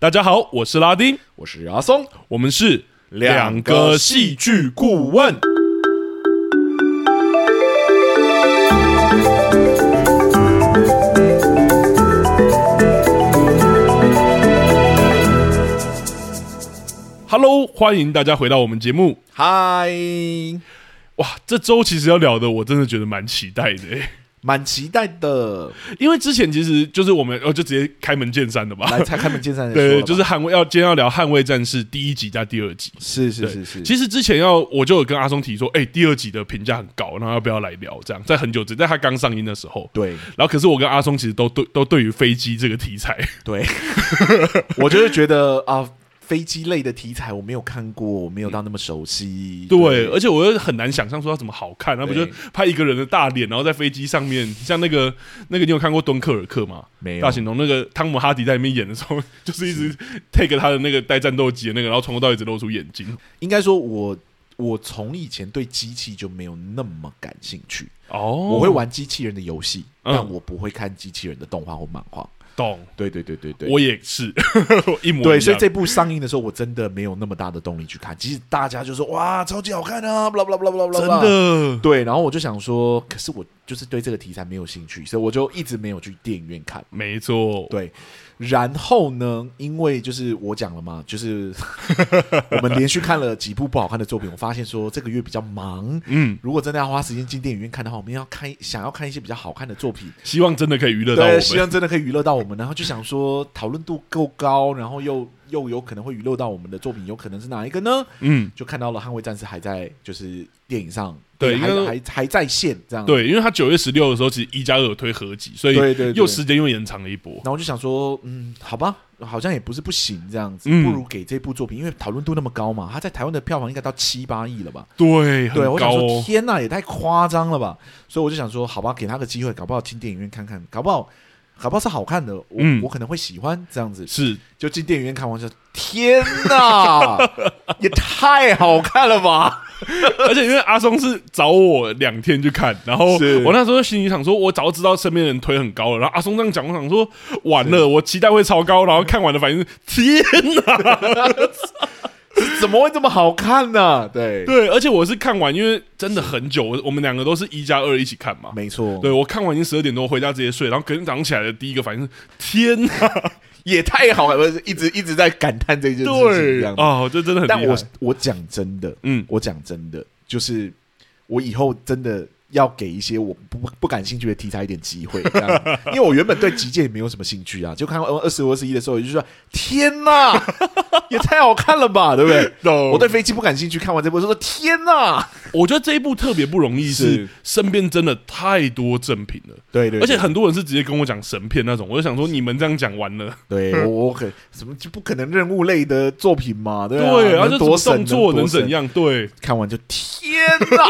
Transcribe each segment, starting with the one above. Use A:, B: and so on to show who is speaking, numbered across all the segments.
A: 大家好，我是拉丁，
B: 我是阿松，
A: 我们是
B: 两个戏
A: 剧顾问。Hello，欢迎大家回到我们节目。
B: 嗨，
A: 哇，这周其实要聊的，我真的觉得蛮期待的、欸
B: 蛮期 待的，
A: 因为之前其实就是我们哦，就直接开门见山的吧。
B: 来拆开门见山的
A: 对，就是捍卫要今天要聊《捍卫战士》第一集加第二集。
B: 是是
A: 对
B: 是是，
A: 其实之前要我就有跟阿松提说，哎、第二集的评价很高，然后要不要来聊？这样在很久之在他刚上映的时候，
B: 对
A: 然后可是我跟阿松其实都对都对于飞机这个题材，
B: 对，我就是觉得啊，飞机类的题材我没有看过，我没有到那么熟悉，
A: 对，而且我又很难想象说它怎么好看，那不就
B: 对
A: 拍一个人的大脸，然后在飞机上面，像那个那个你有看过《敦刻尔克》吗？
B: 没有
A: 大型龙那个汤姆哈迪在里面演的时候， 就是一直 take 他的那个带战斗机的那个，然后从头到尾只露出眼睛。
B: 应该说我。我从以前对机器就没有那么感兴趣，
A: 哦，
B: 我会玩机器人的游戏，
A: 嗯
B: 但我不会看机器人的动画或漫画。
A: 懂，
B: 对对对对对，
A: 我也是 我一模一样
B: 对，所以这部上映的时候，我真的没有那么大的动力去看。其实大家就说哇，超级好看啊，blah blah blah blah blah，
A: 真的
B: 对，然后我就想说，可是我就是对这个题材没有兴趣，所以我就一直没有去电影院看。
A: 没错，
B: 对，然后呢，因为就是我讲了嘛，就是 我们连续看了几部不好看的作品，我发现说这个月比较忙。
A: 嗯，
B: 如果真的要花时间进电影院看的话，我们要看想要看一些比较好看的作品，
A: 希望真的可以娱乐到我
B: 对，希
A: 们。
B: 望真的可以娱乐到我们。然后就想说，讨论度够高，然后又又有可能会娱乐到我们的作品，有可能是哪一个呢？
A: 嗯，
B: 就看到了《捍卫战士》还在就是电影上，
A: 对
B: 还
A: 应该说
B: 还还在线这样。，
A: 对，因为他九月十六的时候，其实一加二有推合集，所以
B: 对对对
A: 又时间又延长了一波
B: 然。后我就想说，嗯，好吧，好像也不是不行这样子，
A: 嗯
B: 不如给这部作品，因为讨论度那么高嘛，它在台湾的票房应该到七八亿了吧？
A: 对，很
B: 对，我想
A: 高
B: 说，
A: 哦。
B: 天呐，也太夸张了吧！所以我就想说，好吧，给他个机会，搞不好进电影院看看，搞不好。搞不好是好看的，我、
A: 嗯
B: 我可能会喜欢这样子，
A: 是
B: 就进电影院看完就，天 呐，也太好看了吧！
A: 而且因为阿松是找我两天去看，然后
B: 是
A: 我那时候心里想说，我早知道身边人推很高了，然后阿松这样讲，我想说完了，我期待会超高，然后看完的反应是天哪，
B: 怎么会这么好看呢？对，
A: 对，而且我是看完，因为真的很久，我我们两个都是一加二一起看嘛。
B: 没错，
A: 对，我看完已经十二点多，回家直接睡，然后隔天早上起来的第一个反应是天哪，
B: 也太好看了，一直一直在感叹这件事情这
A: 对
B: 样子。
A: 哦，这真的很
B: 但
A: 厉害
B: 我我讲真的，
A: 嗯
B: 我讲真的，就是我以后真的要给一些我不不感兴趣的题材一点机会， 这样因为我原本对极界也没有什么兴趣啊，就看到二十五、二十一的时候，我就说 天哪，也太好看了吧，对不对？
A: 懂
B: 我对飞机不感兴趣，看完这部我说天哪，
A: 我觉得这一部特别不容易，是
B: 是
A: 身边真的太多正品了，
B: 对对
A: 而且很多人是直接跟我讲神片那种，我就想说你们这样讲完了，
B: 对我我可什么就不可能任务类的作品嘛，对吧？
A: 对，然后啊
B: 能
A: 就
B: 多
A: 什么
B: 神
A: 动作能？
B: 多
A: 怎
B: 神
A: 样？对，
B: 看完就天哪，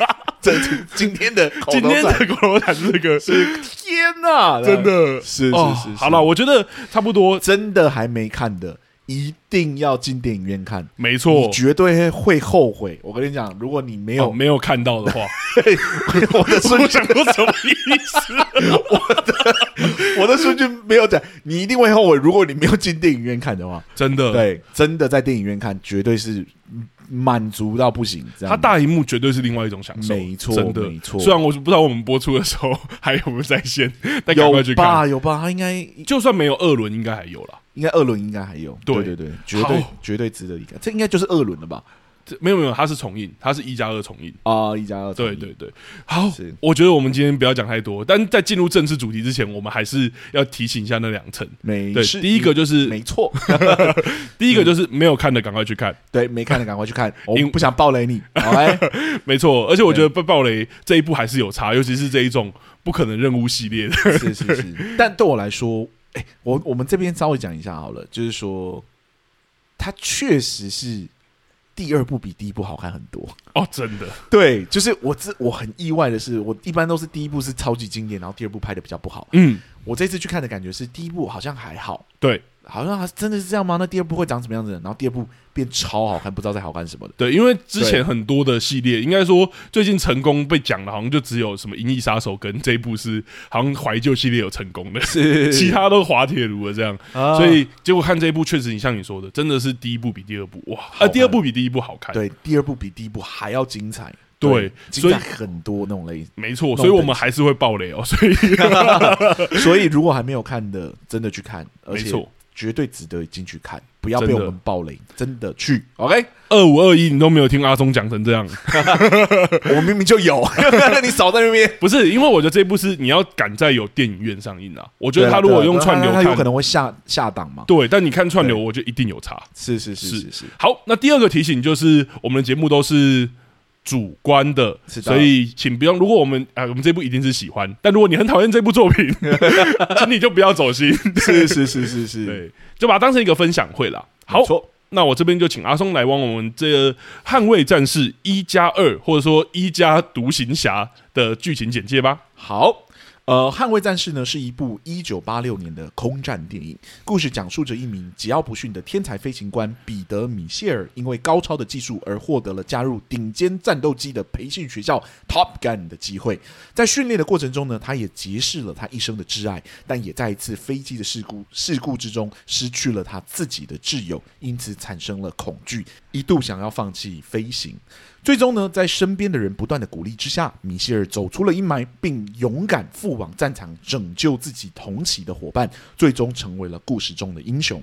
B: 这今天的口头
A: 今天
B: 禅
A: 的口头禅是这个，
B: 哦 是天呐，
A: 真的
B: 是是
A: 哦
B: 是，是
A: 好了，我觉得差不多，
B: 真的还没看的，一定要进电影院看，
A: 没
B: 你
A: 错，
B: 绝对会后悔。我跟你讲，如果你没
A: 哦
B: 有，
A: 没有看到的话，
B: 我的 孙
A: 我想说什么意思？
B: 我的孙军没有讲，你一定会后悔。如果你没有进电影院看的话，
A: 真的，
B: 对，真的在电影院看，绝对是满足到不行。这样
A: 它大荧幕绝对是另外一种享受，
B: 没错
A: 真的
B: 没错
A: 虽然我不知道我们播出的时候 还有没有在线，但赶快去 看。
B: 有吧有吧，他应该应
A: 就算没有二轮，应该还有啦。
B: 该二轮应该还有，
A: 对
B: 对对对，绝对
A: 好
B: 绝对值得一看。这应该就是二轮了吧？
A: 这没有没有，它是重映，它是一加二重映。
B: 啊，一加二，
A: 对对对，好
B: 是，
A: 我觉得我们今天不要讲太多，但在进入正式主题之前，我们还是要提醒一下那两层。
B: 没
A: 对，
B: 事。
A: 第一个就是
B: 没 错，
A: 第一个就是没有看的赶快去看，
B: 对，没看的赶快去看，我
A: 因
B: 不想暴雷 你，好来，
A: 没错。而且我觉得被暴雷这一部还是有差，尤其是这一种不可能任务系列的。
B: 是是是。但对我来说，哎、我我们这边稍微讲一下好了，就是说，它确实是第二部比第一部好看很 多。
A: 哦，真的，
B: 对，就是我这我很意外的是，我一般都是第一部是超级经典，然后第二部拍的比较不好。
A: 嗯，
B: 我这次去看的感觉是第一部好像还好，
A: 对，
B: 好像真的是这样吗？那第二部会长什么样子？然后第二部变超好看，不知道在好看什么的。
A: 对，因为之前很多的系列，应该说最近成功被讲的，好像就只有什么《银翼杀手》跟这一部是好像怀旧系列有成功的， 其他都滑铁卢了这样。
B: 啊
A: 所以结果看这一部，确实你像你说的，真的是第一部比第二部哇，啊，
B: 看
A: 第二部比第一部好看。
B: 对第二部比第一部还要精彩，
A: 对
B: 精彩
A: 所
B: 很多那种类 型。
A: 没错，
B: 那
A: 所以
B: 我
A: 我
B: 等
A: 们还是会爆雷哦。 所以
B: 所以如果还没有看的，真的去看，而
A: 没
B: 且
A: 错，
B: 绝对值得进去看，不要
A: 真
B: 被
A: 的
B: 我们暴雷，真 的去 OK。
A: 二五二一你都没有听阿忠讲成这样，
B: 我明明就 有，你少在那边。
A: 不是因为我觉得这一部是你要赶在有电影院上映啊。我觉得
B: 对
A: 他
B: 啦
A: 如果
B: 对啦啊
A: 用串流
B: 他他有可
A: 看，
B: 能会下下档嘛。
A: 对，但你看串流，我觉得一定有差。
B: 是是是
A: 是
B: 是是，
A: 好，那第二个提醒就是，我们的节目都是主观的，
B: 是的
A: 所以请不用。如果我们啊、我们这部一定是喜欢，但如果你很讨厌这部作 品，请你就不要走心，
B: 是是是是是，
A: 对，就把它当成一个分享会啦。好
B: 没，错
A: 那我这边就请阿松来往我们这《捍卫战士》一加二，或者说一加独行侠的剧情简介吧。
B: 好。呃，《捍卫战士》呢是一部一九八六年的空战电影，故事讲述着一名桀骜不驯的天才飞行官彼得·米歇尔，因为高超的技术而获得了加入顶尖战斗机的培训学校 Top Gun 的机会。在训练的过程中呢，他也结识了他一生的挚爱，但也在一次飞机的事故事故之中失去了他自己的挚友，因此产生了恐惧，一度想要放弃飞行。最终呢，在身边的人不断的鼓励之下，米歇尔走出了阴霾，并勇敢赴往战场，拯救自己同起的伙伴，最终成为了故事中的英雄。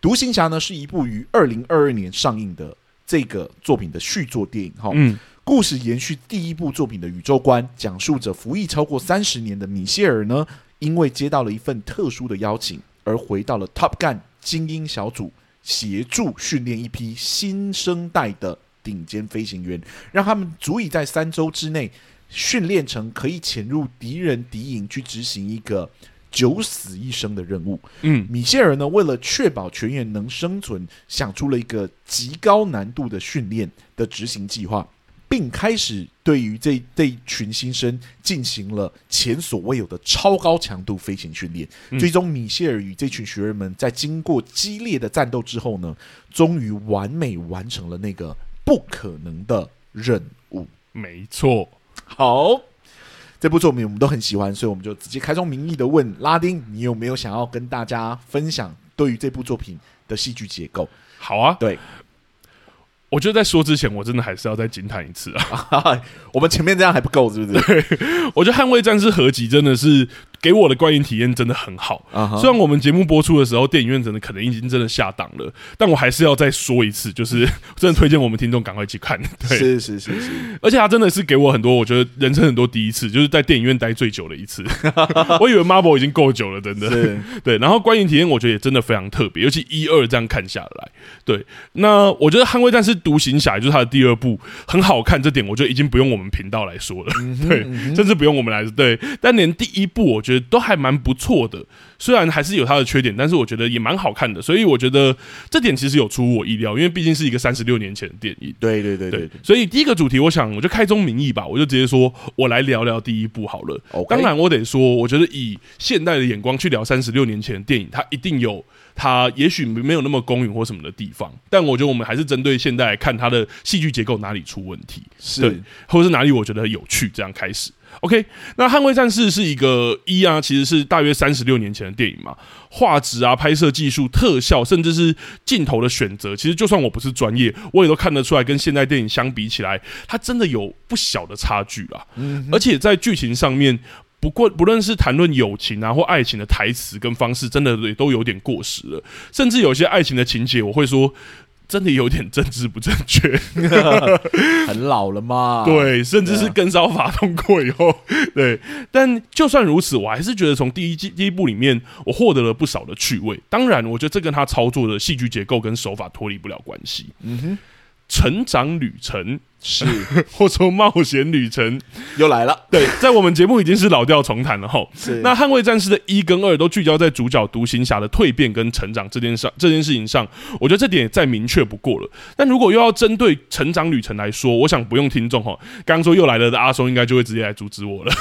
B: 独行侠呢，是一部于二零二二年上映的这个作品的续作电影哈。
A: 嗯，
B: 故事延续第一部作品的宇宙观，讲述着服役超过三十年的米歇尔呢，因为接到了一份特殊的邀请，而回到了 Top Gun 精英小组，协助训练一批新生代的顶尖飞行员，让他们足以在三周之内训练成可以潜入敌人敌营去执行一个九死一生的任务。
A: 嗯，
B: 米歇尔呢，为了确保全员能生存，想出了一个极高难度的训练的执行计划，并开始对于这这一群新生进行了前所未有的超高强度飞行训练。
A: 嗯
B: 最终，米歇尔与这群学员们在经过激烈的战斗之后呢，终于完美完成了那个不可能的任务。
A: 没错。
B: 好。这部作品我们都很喜欢，所以我们就直接开宗明义的问拉丁，你有没有想要跟大家分享对于这部作品的戏剧结构？
A: 好啊，
B: 对，
A: 我觉得在说之前，我真的还是要再惊叹一次啊！
B: 我们前面这样还不够，是不 是？
A: 我觉得《捍卫战士》合集真的是给我的观影体验真的很好。
B: 啊哈
A: 虽然我们节目播出的时候，电影院真的可能已经真的下档了，但我还是要再说一次，就是 真的推荐我们听众赶快去 看。对，
B: 是是是是，
A: 而且他真的是给我很多，我觉得人生很多第一次，就是在电影院待最久的一次。 我以为 Marvel 已经够久了，真的。
B: 是
A: 对，然后观影体验我觉得也真的非常特别，尤其一二这样看下来，对，那我觉得《捍卫战士：独行侠》也就是他的第二部，很好看，这点我觉得已经不用我们频道来说了，对，甚至不用我们来对，但连第一部我觉得都还蛮不错的，虽然还是有它的缺点，但是我觉得也蛮好看的，所以我觉得这点其实有出乎我意料，因为毕竟是一个三十六年前的电影。
B: 对对对对
A: 对
B: 对，，
A: 所以第一个主题，我想我就开宗明义吧，我就直接说，我来聊聊第一部好了。
B: OK
A: 当然，我得说，我觉得以现代的眼光去聊三十六年前的电影，它一定有它也许没有那么公允或什么的地方，但我觉得我们还是针对现代来看它的戏剧结构哪里出问题，对
B: 是
A: 或者是哪里我觉得有趣，这样开始。OK，那《捍卫战士》是一个一啊，其实是大约三十六年前的电影嘛，画质啊、拍摄技术、特效，甚至是镜头的选择，其实就算我不是专业，我也都看得出来，跟现代电影相比起来，它真的有不小的差距啦。而且在剧情上面，不过不论是谈论友情啊或爱情的台词跟方式，真的也都有点过时了，甚至有些爱情的情节，我会说。真的有点政治不正确，
B: 很老了嘛？
A: 对，甚至是跟骚法通过以后， 对。但就算如此，我还是觉得从第一季第一部里面，我获得了不少的趣味。当然，我觉得这跟他操作的戏剧结构跟手法脱离不了关系。
B: 嗯哼，
A: 成长旅程
B: 是
A: 或说冒险旅程，
B: 又来了，
A: 对，在我们节目已经是老调重弹了吼。
B: 是
A: 那《捍卫战士》的一跟二都聚焦在主角独行侠的蜕变跟成长这件上这件事情上，我觉得这点也再明确不过了。但如果又要针对成长旅程来说，我想不用听众哈，刚刚说又来了的阿松应该就会直接来阻止我了。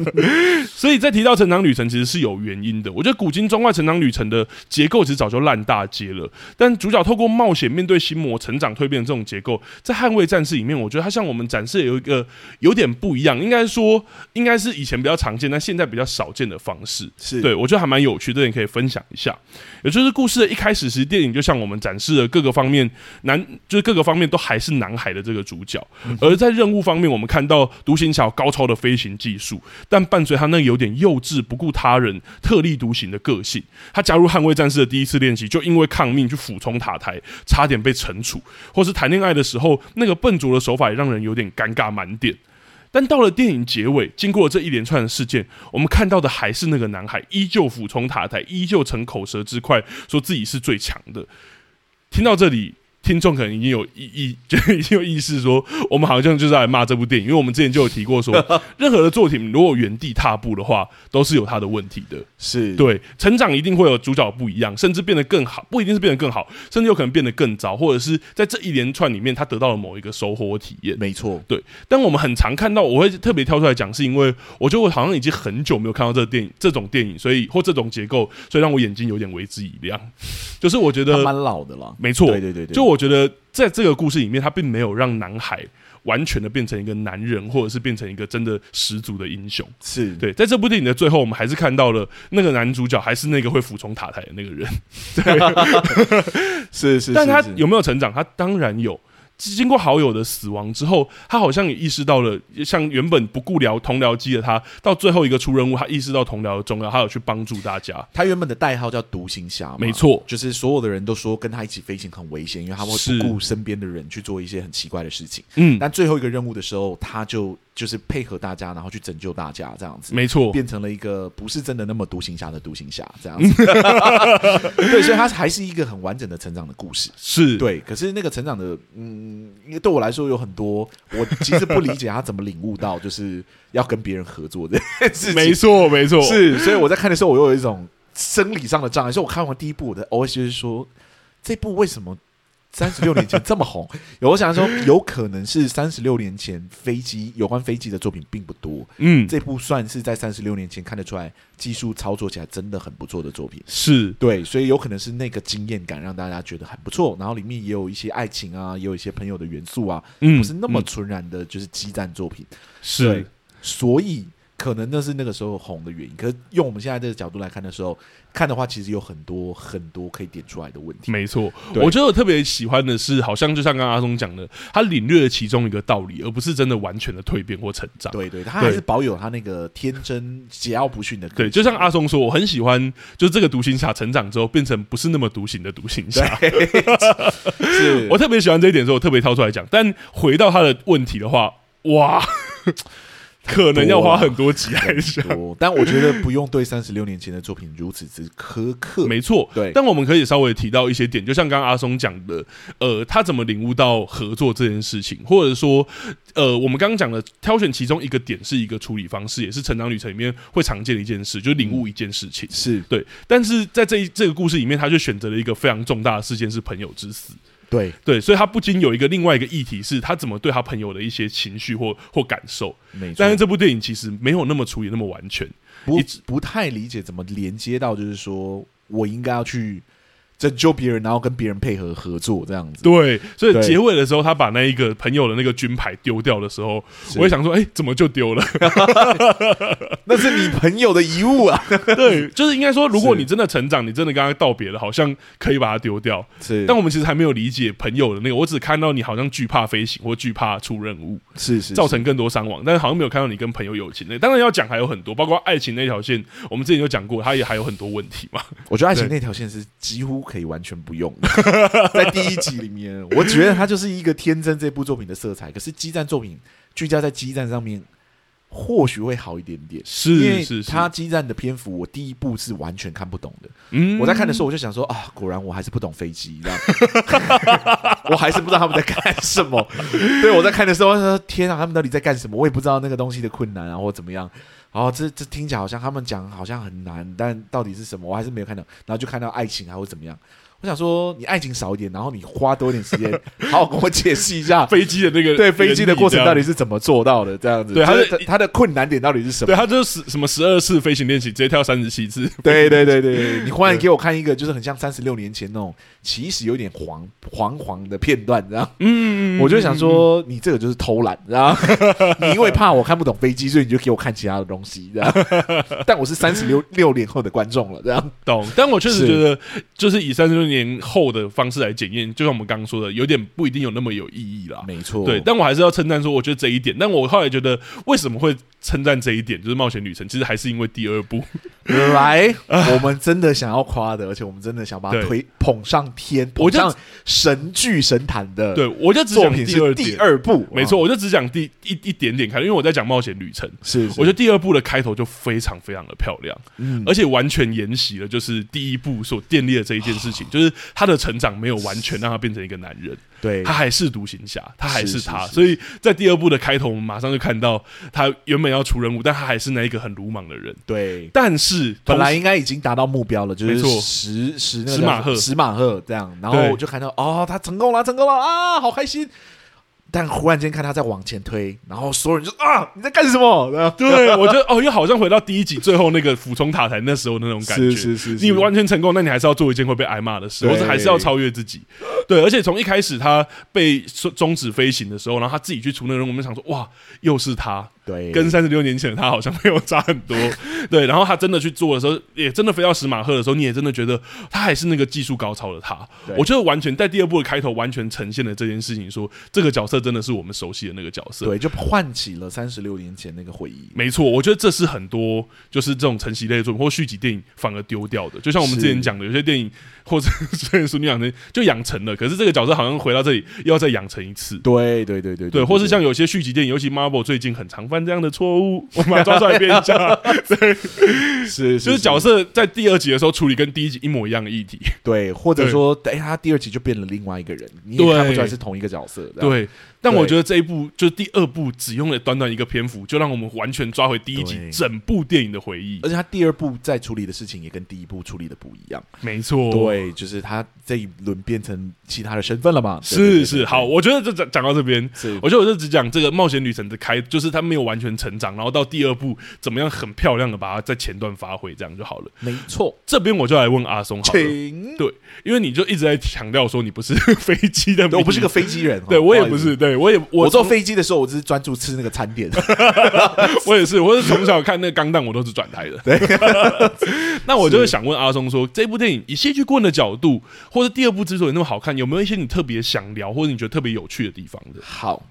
A: 所以在提到成长旅程，其实是有原因的。我觉得古今中外成长旅程的结构其实早就烂大街了，但主角透过冒险面对心魔、成长蜕变这种结构，在《捍卫战士》里面，我觉得它向我们展示有一个有点不一样，应该说应该是以前比较常见，但现在比较少见的方式。
B: 是
A: 对，我觉得还蛮有趣，这点可以分享一下。也就是故事的一开始时，电影就向我们展示了各个方面男，就是各个方面都还是男孩的这个主角。而在任务方面，我们看到独行侠有高超的飞行技术，但伴随他那个有点幼稚、不顾他人、特立独行的个性。他加入捍卫战士的第一次练习，就因为抗命去俯冲塔台，差点被惩处；或是谈恋爱的时候，那个笨拙的手法也让人有点尴尬满点。但到了电影结尾，经过了这一连串的事件，我们看到的还是那个男孩依旧俯冲塔台，依旧逞口舌之快，说自己是最强的。听到这里，听众可能已经有 意意，就已经有意识说，我们好像就是在骂这部电影，因为我们之前就有提过说，任何的作品如果原地踏步的话，都是有它的问题的。
B: 是，
A: 对，成长一定会有主角不一样，甚至变得更好，不一定是变得更好，甚至有可能变得更糟，或者是在这一连串里面，他得到了某一个收获或体验。
B: 没错，
A: 对，但我们很常看到，我会特别挑出来讲，是因为我觉得我好像已经很久没有看到这个电影这种电影，所以或这种结构，所以让我眼睛有点为之一亮。就是我觉
B: 他
A: 得
B: 啊蛮老的了，
A: 没错，
B: 对对对对，
A: 就我觉得在这个故事里面，他并没有让男孩完全的变成一个男人，或者是变成一个真的十足的英雄。
B: 是
A: 对，在这部电影的最后，我们还是看到了那个男主角还是那个会俯冲塔台的那个人，
B: 是是，
A: 但
B: 是
A: 他
B: 是
A: 有没有成长？他当然有。经过好友的死亡之后，他好像也意识到了，像原本不顾聊同僚机的他，到最后一个出任务，他意识到同僚的重要，他有去帮助大家。
B: 他原本的代号叫独行侠嘛，
A: 没错
B: 就是所有的人都说跟他一起飞行很危险，因为他们会
A: 是
B: 不顾身边的人去做一些很奇怪的事情。
A: 嗯，
B: 但最后一个任务的时候，他就就是配合大家，然后去拯救大家，这样子。
A: 没错，
B: 变成了一个不是真的那么独行侠的独行侠这样子， 对，所以他还是一个很完整的成长的故事。
A: 是，
B: 对，可是那个成长的，嗯，因为对我来说有很多，我其实不理解他怎么领悟到，就是要跟别人合作的事情。
A: 没错，没错，
B: 是，所以我在看的时候，我又有一种生理上的障碍。所以我看完第一部，我的 OS 就是说，这部为什么三十六年前这么红？有我想说，有可能是三十六年前飞机有关飞机的作品并不多，
A: 嗯，
B: 这部算是在三十六年前看得出来技术操作起来真的很不错的作品。
A: 是，
B: 对，所以有可能是那个经验感让大家觉得很不错，然后里面也有一些爱情啊，也有一些朋友的元素啊，
A: 嗯，
B: 不是那么
A: 嗯
B: 纯然的就是激战作品。对
A: 是，
B: 所以可能那是那个时候红的原因。可是用我们现在这个角度来看的时候，看的话其实有很多很多可以点出来的问题。
A: 没错，
B: 对
A: 我觉得我特别喜欢的是，好像就像刚刚阿松讲的，他领略了其中一个道理，而不是真的完全的蜕变或成长。
B: 对对，他还
A: 嗯对
B: 是保有他那个天真桀骜不驯的个
A: 对，
B: 性
A: 就像阿松说，我很喜欢，就是这个独行侠成长之后变成不是那么独行的独行侠。
B: 是
A: 我特别喜欢这一点，所以我特别挑出来讲。但回到他的问题的话，哇， 可能要花很多集来讲。
B: 很多，但我觉得不用对三十六年前的作品如此之苛刻。
A: 没错，
B: 对
A: 但我们可以稍微提到一些点，就像刚刚阿松讲的，呃，他怎么领悟到合作这件事情，或者说，呃，我们刚刚讲的挑选其中一个点是一个处理方式，也是成长旅程里面会常见的一件事，就是领悟一件事情。
B: 是
A: 对，但是在这一这个故事里面，他就选择了一个非常重大的事件，是朋友之死。
B: 对，
A: 对，所以他不禁有一个另外一个议题，是他怎么对他朋友的一些情绪或或感受。
B: 没错
A: 但是。这部电影其实没有那么处理那么完全。
B: 不
A: 一直
B: 不太理解怎么连接到，就是说我应该要去拯救别人，然后跟别人配合合作这样子。
A: 对，所以
B: 对
A: 结尾的时候，他把那一个朋友的那个军牌丢掉的时候，
B: 是
A: 我也想说，哎、怎么就丢了？
B: 那是你朋友的遗物啊。
A: 对，就是应该说，如果
B: 是
A: 你真的成长，你真的跟他道别了，好像可以把它丢掉。
B: 是
A: 但我们其实还没有理解朋友的那个，我只看到你好像惧怕飞行或惧怕出任务，
B: 是是
A: 造成更多伤亡，但是好像没有看到你跟朋友友情那。当然要讲还有很多，包括爱情那条线，我们之前就讲过，它也还有很多问题嘛。
B: 我觉得爱情那条线是几乎可以完全不用的，在第一集里面，我觉得它就是一个天真这部作品的色彩。可是激战作品聚焦在激战上面，或许会好一点点。因
A: 是
B: 为
A: 是是，
B: 他激战的篇幅，我第一部是完全看不懂的。
A: 嗯
B: 我在看的时候，我就想说啊，果然我还是不懂飞机，这样， 我还是不知道他们在干什么。对我在看的时候，我就说天啊，他们到底在干什么？我也不知道那个东西的困难啊，或怎么样。然后这这听起来好像他们讲好像很难，但到底是什么，我还是没有看到。然后就看到爱情啊，或怎么样。我想说，你爱情少一点，然后你花多一点时间，好好跟我解释一下，
A: 飞机的那个
B: 对飞机的过程到底
A: 是？
B: 是怎么做到的？这样子，
A: 对他
B: 就是是他的困难点到底是什么
A: 对，？他就是十什么十二次飞行练习，直接跳三十七次。
B: 对对对对对，你忽然给我看一个，就是很像三十六年前那种，其实有点黄黄黄的片段，然后
A: 嗯
B: 我就想，说，你这个就是偷懒，然后你因为怕我看不懂飞机，所以你就给我看其他的东西， 这样。但我是三十六六年后的观众了，这样。
A: 懂。但我确实
B: 嗯是
A: 觉得，就是以三十六年后的方式来检验，就像我们刚刚说的，有点不一定有那么有意义啦。
B: 没错
A: 对，但我还是要称赞说，我觉得这一点。但我后来觉得，为什么会称赞这一点，就是《冒险旅程》，其实还是因为第二部。
B: 呃来，我们真的想要夸的，而且我们真的想把它
A: 对
B: 推捧上天，
A: 我
B: 捧
A: 就
B: 上神剧神坛的
A: 对，我就只
B: 作
A: 讲
B: 品
A: 第
B: 是
A: 二
B: 第
A: 点，
B: 二部，啊哦
A: 没错，，我就只讲第一一点点看，因为我在讲《冒险旅程》，
B: 是，
A: 我觉得
B: 得
A: 第二部的开头就非常非常的漂亮。
B: 嗯
A: 而且完全沿袭了就是第一部所建立的这一件事情，就是他的成长没有完全让他变成一个男人，
B: 对
A: 他，还是独行侠，他还
B: 是
A: 是
B: 是
A: 他。
B: 是
A: 所以在第二部的开头，我们马上就看到他原本要出任务，但他还是那一个很鲁莽的人。
B: 对，
A: 但是
B: 本来
A: 同时
B: 应该已经达到目标了，就
A: 没错
B: 是十十那个
A: 十马赫
B: 十马赫这样，然后
A: 对
B: 我就看到哦，他成功了，成功了啊，好开心！但忽然间看他在往前推，然后所有人就啊，你在干什么？然后
A: 对我觉得哦，又好像回到第一集最后那个俯冲塔台那时候那种感觉。
B: 是
A: 你完全成功，那你还是要做一件会被挨骂的事，
B: 对
A: 或者还是要超越自己。对，而且从一开始他被终止飞行的时候，然后他自己去出那个任务，我们想说，哇，又是他，
B: 对，
A: 跟三十六年前的他好像没有差很多，对。然后他真的去做的时候，也真的飞到十马赫的时候，你也真的觉得他还是那个技术高超的他
B: 对。
A: 我觉得完全在第二部的开头完全呈现了这件事情说这个角色真的是我们熟悉的那个角色。
B: 对，就唤起了三十六年前那个回忆。
A: 没错，我觉得这是很多就是这种承袭类的作品或续集电影反而丢掉的。就像我们
B: 是
A: 之前讲的，有些电影或者 虽然说你养成就养成了，可是这个角色好像回到这里又要再养成一次。
B: 对对对对
A: 对，或是像有些续集电影，尤其 Marvel 最近很常犯这样的错误，我们把它抓出来编一下。
B: 是
A: 就是角色在第二集的时候处理跟第一集一模一样的议题，
B: 对，或者
A: 对
B: 说哎，他第二集就变了另外一个人，你也看不出来是同一个角色。这样，
A: 对。但我
B: 对
A: 觉得这一部就是第二部，只用了短短一个篇幅，就让我们完全抓回第一
B: 对呃
A: 集整部电影的回忆
B: 而。且他第二部在处理的事情也跟第一部处理的不一样。
A: 没错，，
B: 对，就是他这一轮变成其他的身份了嘛？对
A: 是是好，，我觉得就讲讲到这边，
B: 对对对
A: 我觉得我就只讲这个冒险旅程的开，就是他没有完全成长，然后到第二部怎么样很漂亮的把它在前段发挥，这样就好了。
B: 是没错，
A: 这边我就来问阿松好了，
B: 请。
A: 因为你就一直在强调说你不是 飞机的迷，
B: 我不是个飞机人，
A: 对
B: 哦
A: 我也
B: 好意
A: 不
B: 思
A: 是，对我也
B: 我坐
A: 从
B: 飞机的时候，我只是专注吃那个餐点。
A: 我也是，我是从小看那个钢弹，我都是转台的。对， 那我就是想问阿松说，这部电影以戏剧顾问的角度，或者第二部之所以那么好看，有没有一些你特别想聊，或者你觉得特别有趣的地方的？
B: 好，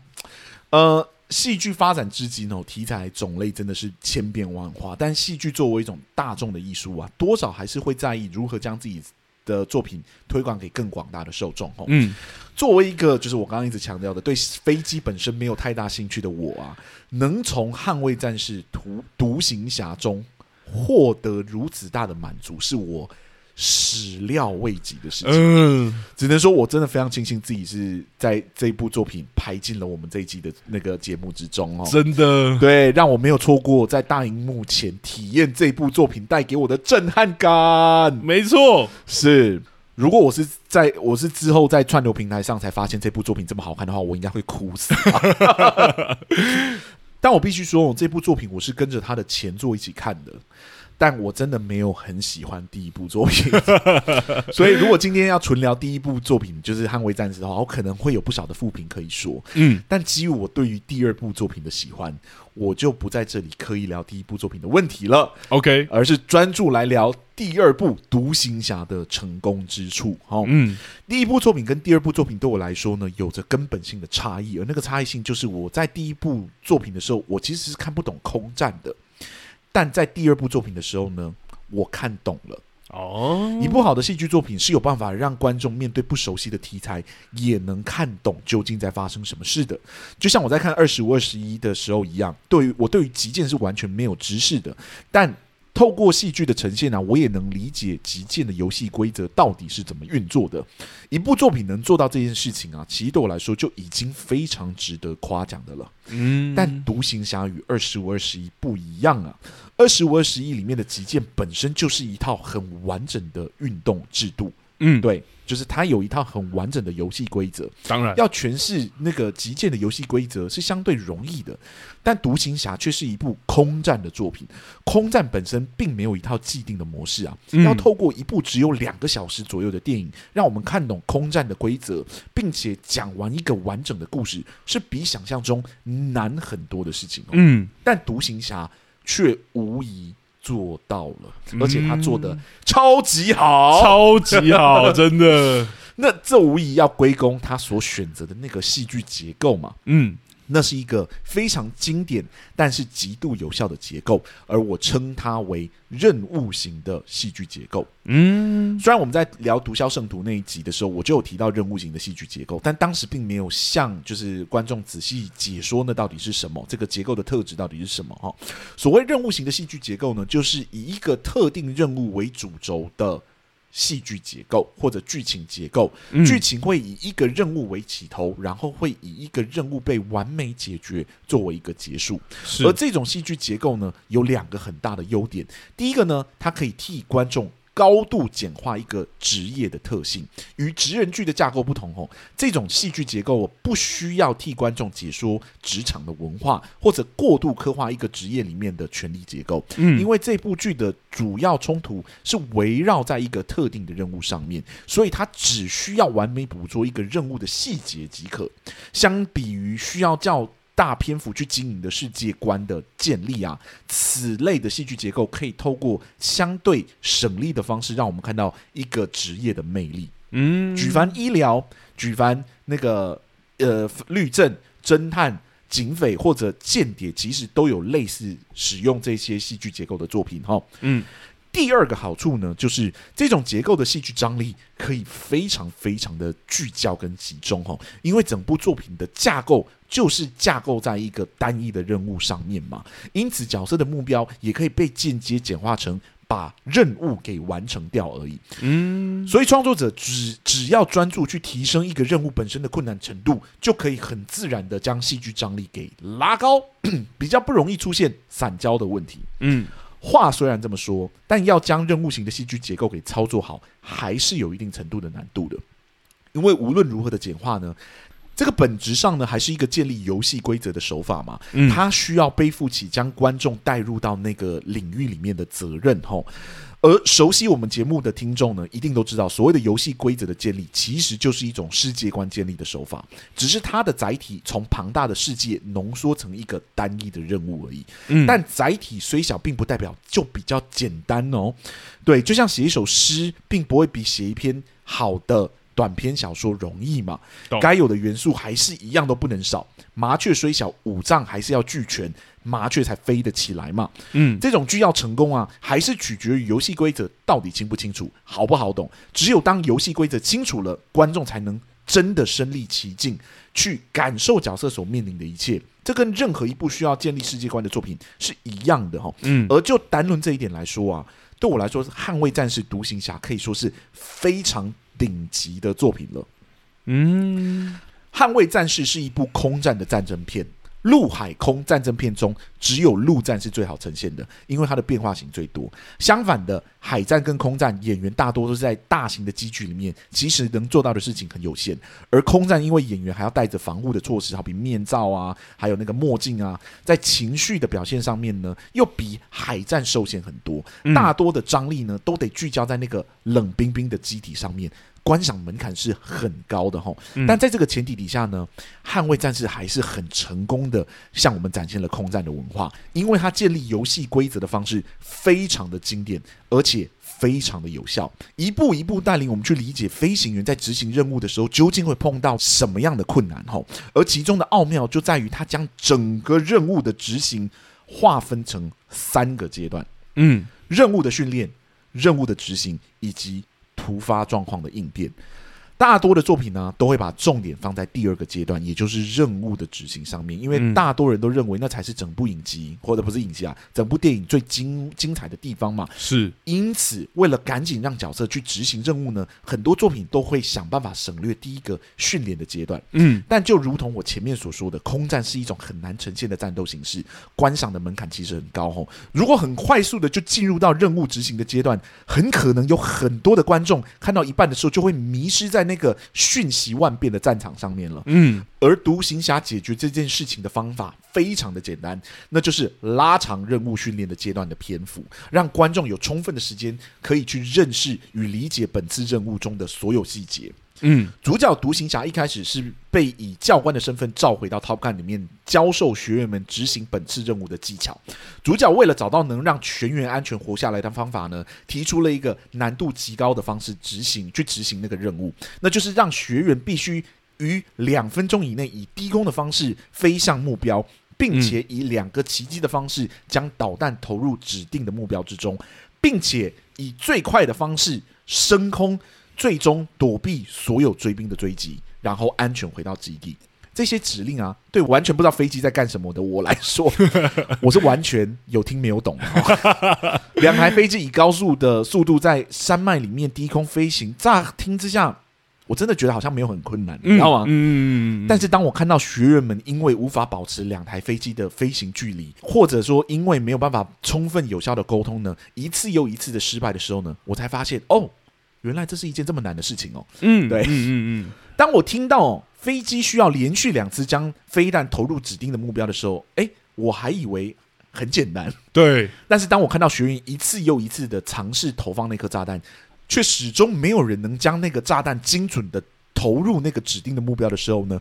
B: 呃，戏剧发展至今哦，题材种类真的是千变万化，但戏剧作为一种大众的艺术啊，多少还是会在意如何将自己的作品推广给更广大的受众哦。
A: 嗯，
B: 作为一个就是我刚刚一直强调的对飞机本身没有太大兴趣的我啊，能从《捍卫战士》独独行侠中获得如此大的满足，是我始料未及的事情。
A: 嗯，
B: 只能说我真的非常庆幸自己是在这部作品排进了我们这一季的那个节目之中哦。
A: 真的，
B: 对，让我没有错过在大荧幕前体验这部作品带给我的震撼感。
A: 没错，
B: 是，如果我是在我是之后在串流平台上才发现这部作品这么好看的话，我应该会哭死吧。但我必须说，这部作品我是跟着他的前作一起看的，但我真的没有很喜欢第一部作品。 所以，如果今天要纯聊第一部作品，就是《捍卫战士》的话，我可能会有不少的负评可以说。
A: 嗯，
B: 但基于我对于第二部作品的喜欢，我就不在这里刻意聊第一部作品的问题了。
A: ，OK，
B: 而是专注来聊第二部《独行侠》的成功之处。好、
A: 嗯，
B: 第一部作品跟第二部作品对我来说呢，有着根本性的差异，而那个差异性就是我在第一部作品的时候，我其实是看不懂空战的，但在第二部作品的时候呢，我看懂了。
A: 哦，
B: 一部好的戏剧作品是有办法让观众面对不熟悉的题材也能看懂究竟在发生什么事的。就像我在看《二十五二十一》的时候一样，对于我对于击剑是完全没有知识的，但透过戏剧的呈现呢、啊我也能理解击剑的游戏规则到底是怎么运作的。一部作品能做到这件事情啊，其实对我来说就已经非常值得夸奖的了。
A: 嗯
B: 但《独行侠》与《二十五二十一》不一样啊，《二十五二十一》里面的击剑本身就是一套很完整的运动制度，
A: 嗯，
B: 对，就是它有一套很完整的游戏规则。
A: 当然，
B: 要诠释那个击剑的游戏规则是相对容易的，但《独行侠》却是一部空战的作品。空战本身并没有一套既定的模式啊，
A: 嗯
B: 要透过一部只有两个小时左右的电影，让我们看懂空战的规则，并且讲完一个完整的故事，是比想象中难很多的事情哦。
A: 嗯，
B: 但《独行侠》却无疑做到了，
A: 嗯
B: 而且他做的超级好。
A: 超级 好，真的，
B: 那这无疑要归功他所选择的那个戏剧结构嘛。
A: 嗯，
B: 那是一个非常经典，但是极度有效的结构，而我称它为任务型的戏剧结构。
A: 嗯，
B: 虽然我们在聊《毒枭圣徒》那一集的时候，我就有提到任务型的戏剧结构，但当时并没有向就是观众仔细解说那到底是什么，这个结构的特质到底是什么哈。所谓任务型的戏剧结构呢，就是以一个特定任务为主轴的。戏剧结构或者剧情结构，
A: 嗯
B: 剧情会以一个任务为起头，然后会以一个任务被完美解决作为一个结束。
A: 是
B: 而这种戏剧结构呢，有两个很大的优点。第一个呢，它可以替观众高度简化一个职业的特性，与职人剧的架构不同哦。这种戏剧结构我不需要替观众解说职场的文化，或者过度刻画一个职业里面的权力结构。
A: 嗯
B: 因为这部剧的主要冲突是围绕在一个特定的任务上面，所以它只需要完美捕捉一个任务的细节即可。相比于需要较大篇幅去经营的世界观的建立啊，此类的戏剧结构可以透过相对省力的方式，让我们看到一个职业的魅力。
A: 嗯
B: 举凡医疗，举凡那个呃律政、侦探、警匪或者间谍，其实都有类似使用这些戏剧结构的作品哈。
A: 嗯
B: 第二个好处呢，就是这种结构的戏剧张力可以非常非常的聚焦跟集中哦，因为整部作品的架构就是架构在一个单一的任务上面嘛，因此角色的目标也可以被间接简化成把任务给完成掉而已。
A: 嗯
B: 所以创作者只只要专注去提升一个任务本身的困难程度，就可以很自然的将戏剧张力给拉高， 比较不容易出现散焦的问题。
A: 嗯
B: 话虽然这么说，但要将任务型的戏剧结构给操作好，还是有一定程度的难度的。因为无论如何的简化呢，这个本质上呢，还是一个建立游戏规则的手法嘛。
A: 嗯
B: 它需要背负起将观众带入到那个领域里面的责任吼。而熟悉我们节目的听众呢，一定都知道，所谓的游戏规则的建立，其实就是一种世界观建立的手法，只是它的载体从庞大的世界浓缩成一个单一的任务而已。
A: 嗯
B: 但载体虽小，并不代表就比较简单哦。对，就像写一首诗，并不会比写一篇好的短篇小说容易嘛
A: 懂。
B: 该有的元素还是一样都不能少。麻雀虽小，五脏还是要俱全，麻雀才飞得起来嘛。
A: 嗯
B: 这种剧要成功啊，还是取决于游戏规则到底清不清楚、好不好懂。只有当游戏规则清楚了，观众才能真的身临其境，去感受角色所面临的一切。这跟任何一部需要建立世界观的作品是一样的哈、
A: 嗯
B: 而就单论这一点来说啊，对我来说，《捍卫战士》《独行侠》可以说是非常顶级的作品了。
A: 嗯
B: 《捍卫战士》是一部空战的战争片，陆海空战争片中只有陆战是最好呈现的，因为它的变化型最多。相反的，海战跟空战演员大多都是在大型的机具里面，其实能做到的事情很有限。而空战因为演员还要带着防护的措施，好比面罩啊，还有那个墨镜啊，在情绪的表现上面呢，又比海战受限很多。
A: 嗯
B: 大多的张力呢，都得聚焦在那个冷冰冰的机体上面。观赏门槛是很高的吼，
A: 嗯
B: 但在这个前提底下呢，《捍卫战士》还是很成功的向我们展现了空战的文化，因为它建立游戏规则的方式非常的经典，而且非常的有效，一步一步带领我们去理解飞行员在执行任务的时候究竟会碰到什么样的困难吼，而其中的奥妙就在于它将整个任务的执行划分成三个阶段。
A: 嗯
B: 任务的训练、任务的执行以及突发状况的应变。大多的作品呢，都会把重点放在第二个阶段，也就是任务的执行上面，因为
A: 嗯
B: 大多人都认为那才是整部影集或者不是影集啊，整部电影最精精彩的地方嘛。
A: 是
B: 因此，为了赶紧让角色去执行任务呢，很多作品都会想办法省略第一个训练的阶段。
A: 嗯
B: 但就如同我前面所说的，空战是一种很难呈现的战斗形式，观赏的门槛其实很高吼。如果很快速的就进入到任务执行的阶段，很可能有很多的观众看到一半的时候就会迷失在那个瞬息万变的战场上面了。
A: 嗯
B: 而独行侠解决这件事情的方法非常的简单，那就是拉长任务训练的阶段的篇幅，让观众有充分的时间可以去认识与理解本次任务中的所有细节。
A: 嗯
B: 主角独行侠一开始是被以教官的身份召回到 Top Gun 里面，教授学员们执行本次任务的技巧。主角为了找到能让全员安全活下来的方法呢，提出了一个难度极高的方式执行去执行那个任务，那就是让学员必须于两分钟以内以低空的方式飞向目标。并且以两个奇迹的方式将导弹投入指定的目标之中，并且以最快的方式升空，最终躲避所有追兵的追击，然后安全回到基地。这些指令啊，对完全不知道飞机在干什么的我来说， 我是完全有听没有懂的 哦。两台飞机以高速的速度在山脉里面低空飞行，乍听之下，我真的觉得好像没有很困难，你
A: 嗯，
B: 知道吗？
A: 嗯，
B: 但是当我看到学员们因为无法保持两台飞机的飞行距离，或者说因为没有办法充分有效的沟通呢，一次又一次的失败的时候呢，我才发现哦，原来这是一件这么难的事情哦。
A: 嗯
B: 对
A: 嗯嗯
B: 当我听到、哦、飞机需要连续两次将飞弹投入指定的目标的时候，诶，我还以为很简单，
A: 嗯，对，
B: 但是当我看到学员一次又一次的尝试投放那颗炸弹，却始终没有人能将那个炸弹精准的投入那个指定的目标的时候呢，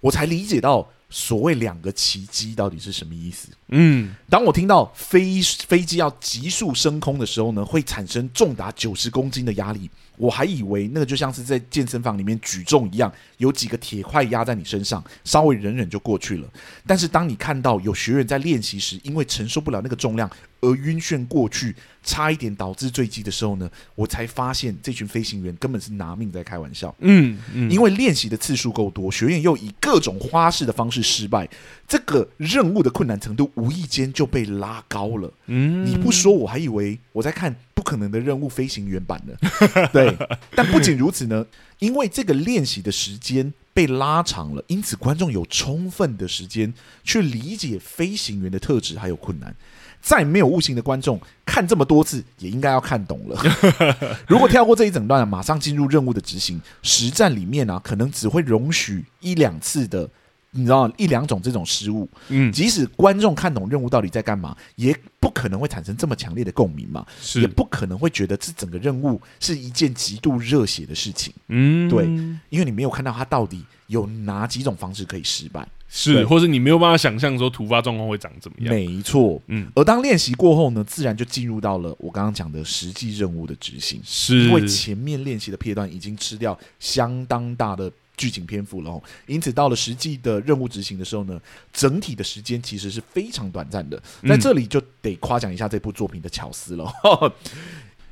B: 我才理解到所谓两个奇迹到底是什么意思。
A: 嗯
B: 当我听到飞飞机要急速升空的时候呢，会产生重达九十公斤的压力。我还以为那个就像是在健身房里面举重一样，有几个铁块压在你身上，稍微忍忍就过去了。但是当你看到有学员在练习时，因为承受不了那个重量而晕眩过去，差一点导致坠机的时候呢，我才发现这群飞行员根本是拿命在开玩笑。
A: 嗯嗯，
B: 因为练习的次数够多，学员又以各种花式的方式失败，这个任务的困难程度无意间就被拉高了。
A: 嗯
B: 你不说，我还以为我在看《不可能的任务》飞行员版呢。 对，但不仅如此呢，因为这个练习的时间被拉长了，因此观众有充分的时间去理解飞行员的特质还有困难。再没有悟性的观众看这么多次，也应该要看懂了。如果跳过这一整段，马上进入任务的执行，实战里面啊，可能只会容许一两次的，你知道一两种这种失误。
A: 嗯
B: 即使观众看懂任务到底在干嘛，也不可能会产生这么强烈的共鸣嘛，也
A: 是
B: 不可能会觉得这整个任务是一件极度热血的事情，
A: 嗯
B: 对因为你没有看到它到底有哪几种方式可以失败。对
A: 是，或者你没有办法想象说突发状况会长怎么样。
B: 没错，
A: 嗯，
B: 而当练习过后呢，自然就进入到了我刚刚讲的实际任务的执行，
A: 是
B: 因为前面练习的片段已经吃掉相当大的。剧情篇幅了哦，因此到了实际的任务执行的时候呢，整体的时间其实是非常短暂的。
A: 嗯
B: 在这里就得夸奖一下这部作品的巧思了哦，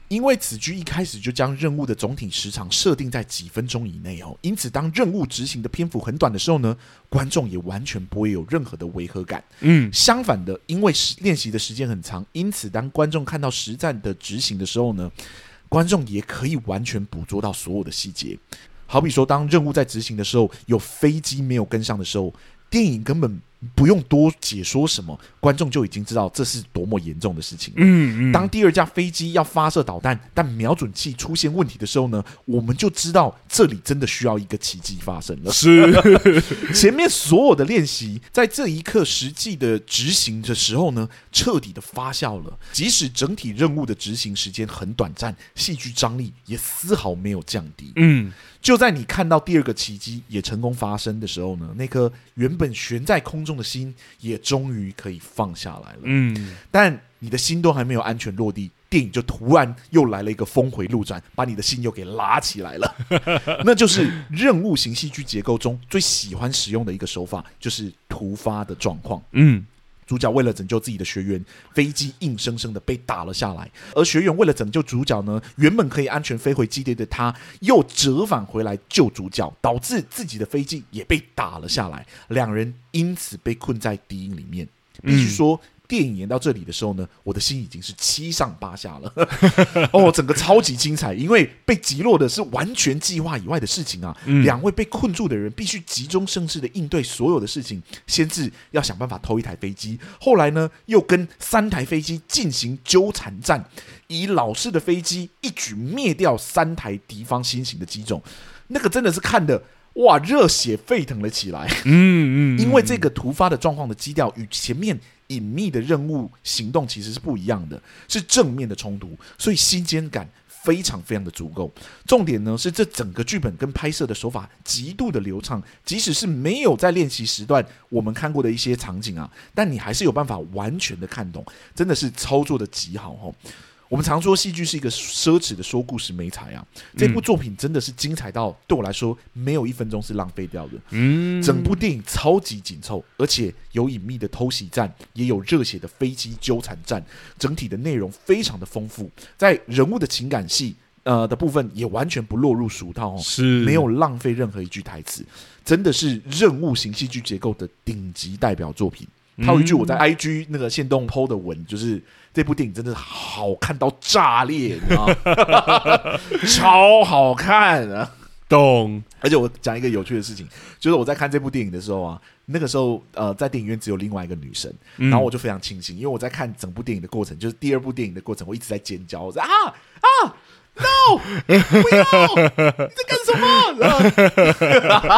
B: 因为此剧一开始就将任务的总体时长设定在几分钟以内哦，因此当任务执行的篇幅很短的时候呢，观众也完全不会有任何的违和感。
A: 嗯
B: 相反的，因为时练习的时间很长，因此当观众看到实战的执行的时候呢，观众也可以完全捕捉到所有的细节。好比说，当任务在执行的时候，有飞机没有跟上的时候，电影根本不用多解说什么，观众就已经知道这是多么严重的事情了。
A: 嗯嗯，
B: 当第二架飞机要发射导弹，但瞄准器出现问题的时候呢，我们就知道这里真的需要一个奇迹发生了。
A: 是
B: 前面所有的练习，在这一刻实际的执行的时候呢，彻底的发酵了。即使整体任务的执行时间很短暂，戏剧张力也丝毫没有降低。
A: 嗯
B: 就在你看到第二个奇迹也成功发生的时候呢，那颗原本悬在空中的心也终于可以放下来了。
A: 嗯
B: 但你的心都还没有安全落地，电影就突然又来了一个峰回路转，把你的心又给拉起来了。那就是任务型戏剧结构中最喜欢使用的一个手法，就是突发的状况。
A: 嗯
B: 主角为了拯救自己的学员，飞机硬生生的被打了下来。而学员为了拯救主角呢，原本可以安全飞回基地的他，又折返回来救主角，导致自己的飞机也被打了下来。两人因此被困在敌营里面。必须说，电影演到这里的时候呢，我的心已经是七上八下了。哦，整个超级精彩，因为被击落的是完全计划以外的事情啊。两位被困住的人必须急中生智的应对所有的事情，先是要想办法偷一台飞机，后来呢又跟三台飞机进行纠缠战，以老式的飞机一举灭掉三台敌方新型的机种。那个真的是看的哇，热血沸腾了起来。
A: 嗯嗯，
B: 因为这个突发的状况的基调与前面隐秘的任务行动其实是不一样的，是正面的冲突，所以新鲜感非常非常的足够。重点呢是这整个剧本跟拍摄的手法极度的流畅，即使是没有在练习时段我们看过的一些场景啊，但你还是有办法完全的看懂，真的是操作的极好哦。我们常说戏剧是一个奢侈的说故事美材啊，这部作品真的是精彩到对我来说没有一分钟是浪费掉的。
A: 嗯
B: 整部电影超级紧凑，而且有隐秘的偷袭战，也有热血的飞机纠缠战，整体的内容非常的丰富，在人物的情感戏呃的部分也完全不落入俗套哦，
A: 是
B: 没有浪费任何一句台词，真的是任务型戏剧结构的顶级代表作品。
A: 嗯
B: 套一句我在 IG 那个线动 PO 的文，就是这部电影真的好看到炸裂，你知道吗？ 超好看啊！
A: 懂，
B: 而且我讲一个有趣的事情，就是我在看这部电影的时候啊，那个时候呃，在电影院只有另外一个女生，然后我就非常庆幸，因为我在看整部电影的过程，就是第二部电影的过程，我一直在尖叫，我在啊啊，no，不要，你在干什么？ 然后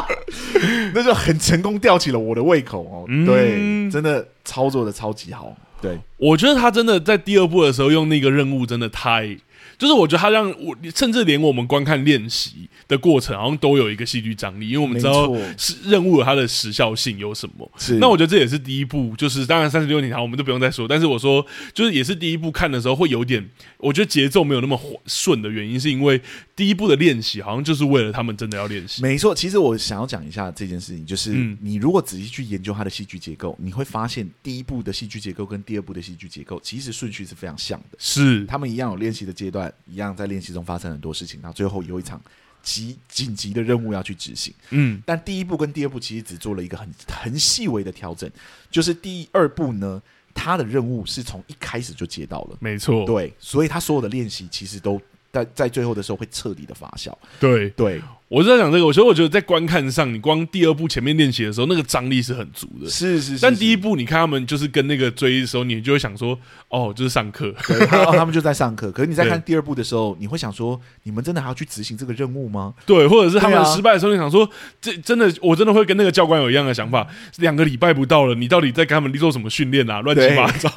B: 那就很成功吊起了我的胃口哦，对，真的操作的超级好，对，
A: 我觉得他真的在第二部的时候用那个任务真的太，就是我觉得他让我甚至连我们观看练习的过程好像都有一个戏剧张力，因为我们知道
B: 没错
A: 是任务有它的时效性有什么。
B: 是
A: 那我觉得这也是第一部，就是当然三十六年堂我们都不用再说，但是我说就是也是第一部看的时候会有点，我觉得节奏没有那么缓顺的原因，是因为第一部的练习好像就是为了他们真的要练习。
B: 没错，其实我想要讲一下这件事情，就是
A: 嗯
B: 你如果仔细去研究它的戏剧结构，你会发现第一部的戏剧结构跟第二部的戏剧结构其实顺序是非常像的，
A: 是，
B: 他们一样有练习的阶段，一样在练习中发生很多事情，然后最后有一场急紧急的任务要去执行。
A: 嗯，
B: 但第一部跟第二部其实只做了一个很很细微的调整，就是第二部呢，它的任务是从一开始就接到了。
A: 没错，
B: 对，所以他所有的练习其实都在在最后的时候会彻底的发酵。
A: 对，
B: 对，
A: 我是在讲这个，我所以我觉得在观看上，你光第二部前面练习的时候，那个张力是很足的。
B: 是是是。
A: 但第
B: 一。
A: 一部你看他们就是跟那个追的时候，你就会想说，哦，就是上课，
B: 对，然后他们就在 上课。可是你在看
A: 对
B: 第二部的时候，你会想说，你们真的还要去执行这个任务吗？
A: 对，或者是他
B: 对
A: 们
B: 啊
A: 失败的时候，你想说，这真的，我真的会跟那个教官有一样的想法，两个礼拜不到了，你到底在跟他们做什么训练啊？乱七
B: 对
A: 八 糟，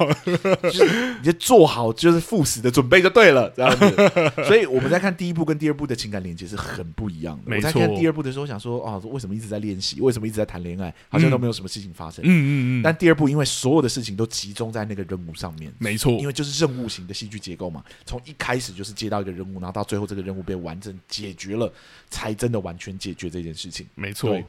B: 你就做好就是赴死的准备就对了，这样子。所以我们在看第一部跟第二部的情感连接是很不一样的。
A: 没
B: 我在
A: 错
B: 看第二部的时候想说，哦，为什么一直在练习？为什么一直在谈恋爱？好像都没有什么事情发生。
A: 嗯嗯嗯，
B: 但第二部因为所有的事情都集中在那个任务上面，
A: 没错，
B: 因为就是任务型的戏剧结构嘛，从一开始就是接到一个任务，然后到最后这个任务被完整解决了，才真的完全解决这件事情。
A: 没错
B: 对。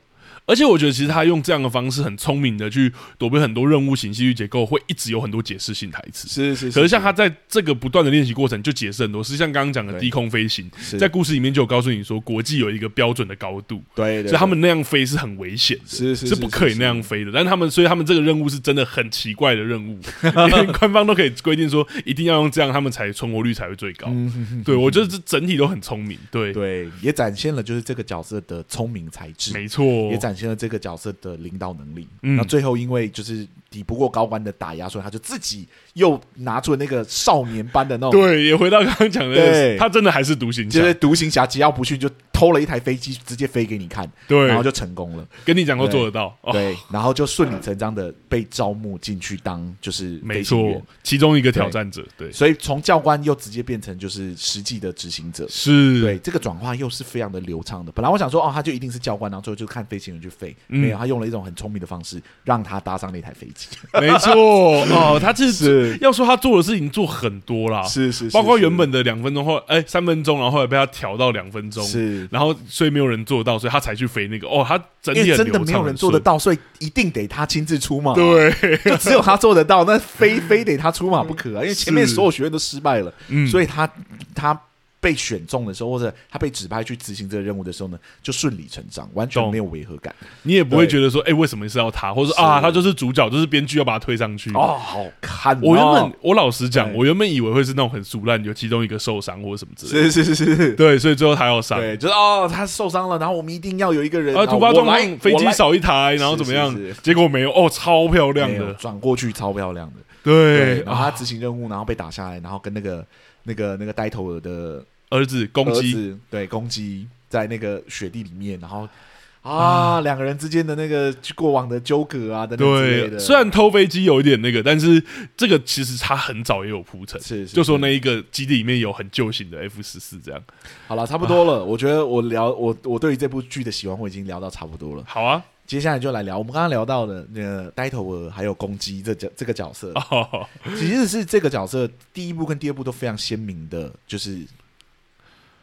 A: 而且我觉得，其实他用这样的方式很聪明的去躲避很多任务型戏剧结构，会一直有很多解释性台词。
B: 是是
A: 可是像他在这个不断的练习过程，就解释很多，是像刚刚讲的
B: 对
A: 低空飞行，
B: 是
A: 在故事里面就有告诉你说，国际有一个标准的高度，
B: 对，对
A: 所以他们那样飞是很危险的，
B: 是是
A: 是不可以那样飞的。但他们，所以他们这个任务是真的很奇怪的任 务，连官方都可以规定说一定要用这样，他们才存活率才会最 高。
B: 嗯
A: 对我觉得这整体都很聪明，对，
B: 对，也展现了就是这个角色的聪明才智，
A: 没错，
B: 也展现了这个角色的领导能力。
A: 嗯
B: 那最后因为就是抵不过高官的打压，所以他就自己又拿出了那个少年般的那种，
A: 对，也回到刚刚讲的那个，
B: 对
A: 他真的还是独行侠
B: 就，是独行侠桀骜不驯，就偷了一台飞机直接飞给你看，
A: 对
B: 然后就成功了，
A: 跟你讲过
B: 对
A: 做得到，哦，
B: 对，然后就顺理成章的被招募进去当就是
A: 没
B: 飞行员
A: 错，，其中一个挑战者，对，
B: 所以从教官又直接变成就是实际的执行者，
A: 是，
B: 对，这个转化又是非常的流畅的。本来我想说，哦，他就一定是教官，然后最后就看飞行员去飞，
A: 嗯
B: 没有，他用了一种很聪明的方式，让他搭上那台飞 机。情，
A: 没错 哦，他这
B: 是
A: 要说他做的事情做很多啦，
B: 是是，
A: 包括
B: 是
A: 原本的两分钟后，哎、三分钟，然后后来被他调到两分钟，
B: 是
A: 然后所以没有人做到，所以他才去飞那个。哦，他整
B: 因
A: 体
B: 为
A: 很
B: 真的没有人做得
A: 到，
B: 到，所以一定得他亲自出马，
A: 对，
B: 就只有他做得到，那非非得他出马不可 啊！因为前面所有学院都失败了，
A: 嗯，
B: 所
A: 以
B: 以他他被选中的时候，或者他被指派去执行这个任务的时候呢，就顺理成章，完全
A: 懂嗯
B: 没有违和感。
A: 你也不会
B: 对
A: 觉得说，哎、为什么是要他，或者
B: 是
A: 说啊，他就是主角，就是编剧要把他推上去。
B: 哦，好看哦！
A: 我原本我老实讲，
B: 对
A: 我原本以为会是那种很俗烂，有其中一个受伤或什么之类的，
B: 是是是是是，
A: 对，所以最后他要上。
B: 对，就是哦，他受伤了，然后我们一定要有一个人，
A: 啊，
B: 然后
A: 突发
B: 我
A: 状
B: 来
A: 况，飞
B: 我
A: 机
B: 来
A: 少一台，然后怎么样
B: 是是是？
A: 结果没有，哦，超漂亮
B: 没有
A: 的，
B: 转过去，超漂亮的。对，
A: 对
B: 然后
A: 啊，
B: 他执行任务，然后被打下来，然后跟那个那个那个呆头鹅的
A: 儿子攻
B: 儿
A: 击，
B: 子对攻击在那个雪地里面，然后啊，两个人之间的那个过往的纠葛啊等等之类
A: 对，
B: 的，
A: 虽然偷飞机有一点那个，但是这个其实他很早也有铺陈，
B: 是是
A: 就说那一个基地里面有很旧型的 F 十四这样。
B: 好了，差不多了。我觉得我聊我我对于这部剧的喜欢我已经聊到差不多了，
A: 好 啊，
B: 接下来就来聊我们刚刚聊到的那个呆头鹅还有公鸡这角这个角色，
A: 哦，
B: 其实是这个角色第一部跟第二部都非常鲜明的，就是。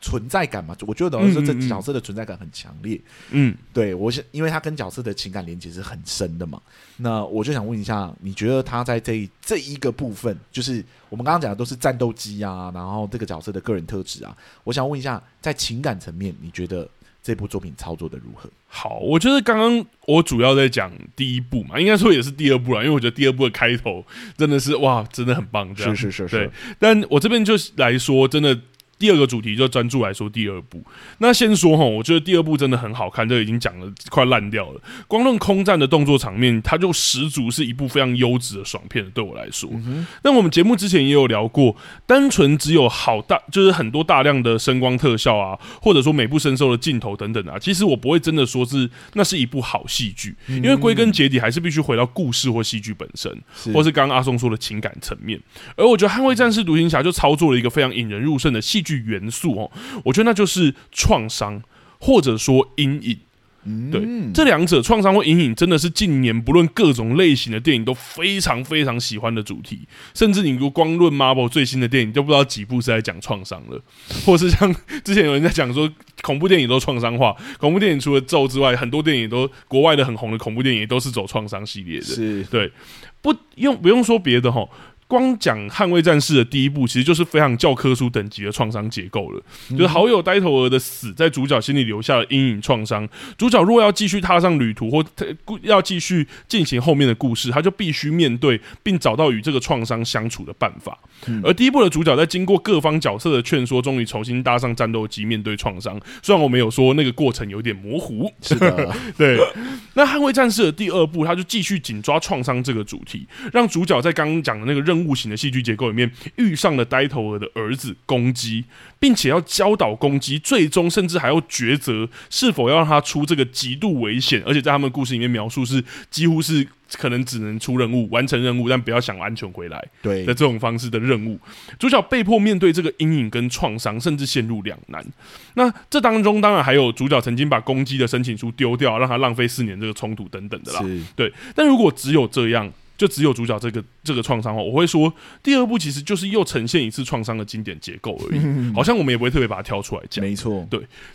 B: 存在感嘛，我觉得等于说这
A: 嗯嗯嗯
B: 角色的存在感很强烈，
A: 嗯，
B: 对我是因为他跟角色的情感连接是很深的嘛，那我就想问一下，你觉得他在这一这一个部分，就是我们刚刚讲的都是战斗机啊，然后这个角色的个人特质啊，我想问一下，在情感层面，你觉得这部作品操作的如何？
A: 好，我觉得刚刚我主要在讲第一部嘛，应该说也是第二部啦，因为我觉得第二部的开头真的是哇，真的很棒，这样
B: 是是
A: 对，但我这边就是来说，真的第二个主题就专注来说第二部。那先说哈，我觉得第二部真的很好看，这个已经讲了快烂掉了。光论空战的动作场面，它就十足是一部非常优质的爽片，对我来说。那我们节目之前也有聊过，单纯只有好大，就是很多大量的声光特效啊，或者说美不胜收的镜头等等啊，其实我不会真的说是那是一部好戏剧，因为归根结底还是必须回到故事或戏剧本身。
B: 是
A: 或是刚刚阿松说的情感层面。而我觉得《捍卫战士》独行侠就操作了一个非常引人入胜的戏剧元素哦，我觉得那就是创伤或者说阴影。对，这两者创伤或阴影真的是近年不论各种类型的电影都非常非常喜欢的主题，甚至你如光论 Marvel 最新的电影，就不知道几部是在讲创伤了， 或是像之前有人在讲说恐怖电影都创伤化，恐怖电影除了咒之外，很多电影都国外的很红的恐怖电影也都是走创伤系列的，
B: 是
A: 不用不用说别的哈，光讲《捍卫战士》的第一部，其实就是非常教科书等级的创伤结构了。就是好友呆头鹅的死，在主角心里留下了阴影创伤。主角若要继续踏上旅途，或呃故要继续进行后面的故事，他就必须面对并找到与这个创伤相处的办法。而第一部的主角在经过各方角色的劝说，终于重新搭上战斗机，面对创伤。虽然我没有说那个过程有点模糊，
B: 是 的，
A: 对，那《捍卫战士》的第二部，它就继续紧抓创伤这个主题，让主角在刚刚讲的那个任务型的戏剧结构里面遇上了呆头鹅的儿子公鸡，并且要教导公鸡，最终甚至还要抉择是否要让他出这个极度危险，而且在他们故事里面描述是几乎是可能只能出任务、完成任务，但不要想安全回来。
B: 对
A: 的这种方式的任务，主角被迫面对这个阴影跟创伤，甚至陷入两难。那这当中当然还有主角曾经把公鸡的申请书丢掉，让他浪费四年这个冲突等等的啦。
B: 是
A: 对，但如果只有这样，就只有主角这个这个创伤哦，我会说第二部其实就是又呈现一次创伤的经典结构而已，好像我们也不会特别把它挑出来讲。
B: 嗯没错，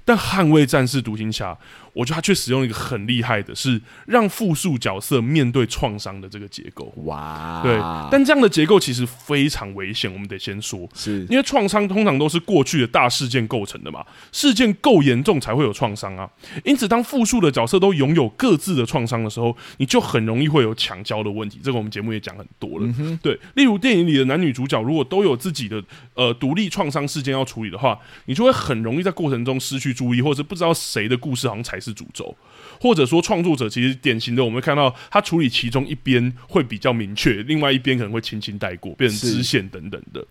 A: 但《捍卫战士》独行侠，我觉得他却使用一个很厉害的是让复数角色面对创伤的这个结构。
B: 哇，
A: 对，但这样的结构其实非常危险，我们得先说，
B: 是
A: 因为创伤通常都是过去的大事件构成的嘛，事件够严重才会有创伤啊。因此，当复数的角色都拥有各自的创伤的时候，你就很容易会有强交的问题。这个我们节目也讲很多了，对，例如电影里的男女主角如果都有自己的呃独立创伤事件要处理的话，你就会很容易在过程中失去注意，或者是不知道谁的故事好像才是主轴。或者说创作者其实典型的，我们会看到他处理其中一边会比较明确，另外一边可能会轻轻带过，变成
B: 是
A: 支线等等的。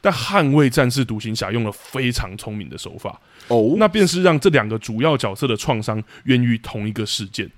A: 但《捍卫战士》独行侠用了非常聪明的手法，
B: 哦，
A: 那便是让这两个主要角色的创伤源于同一个事件。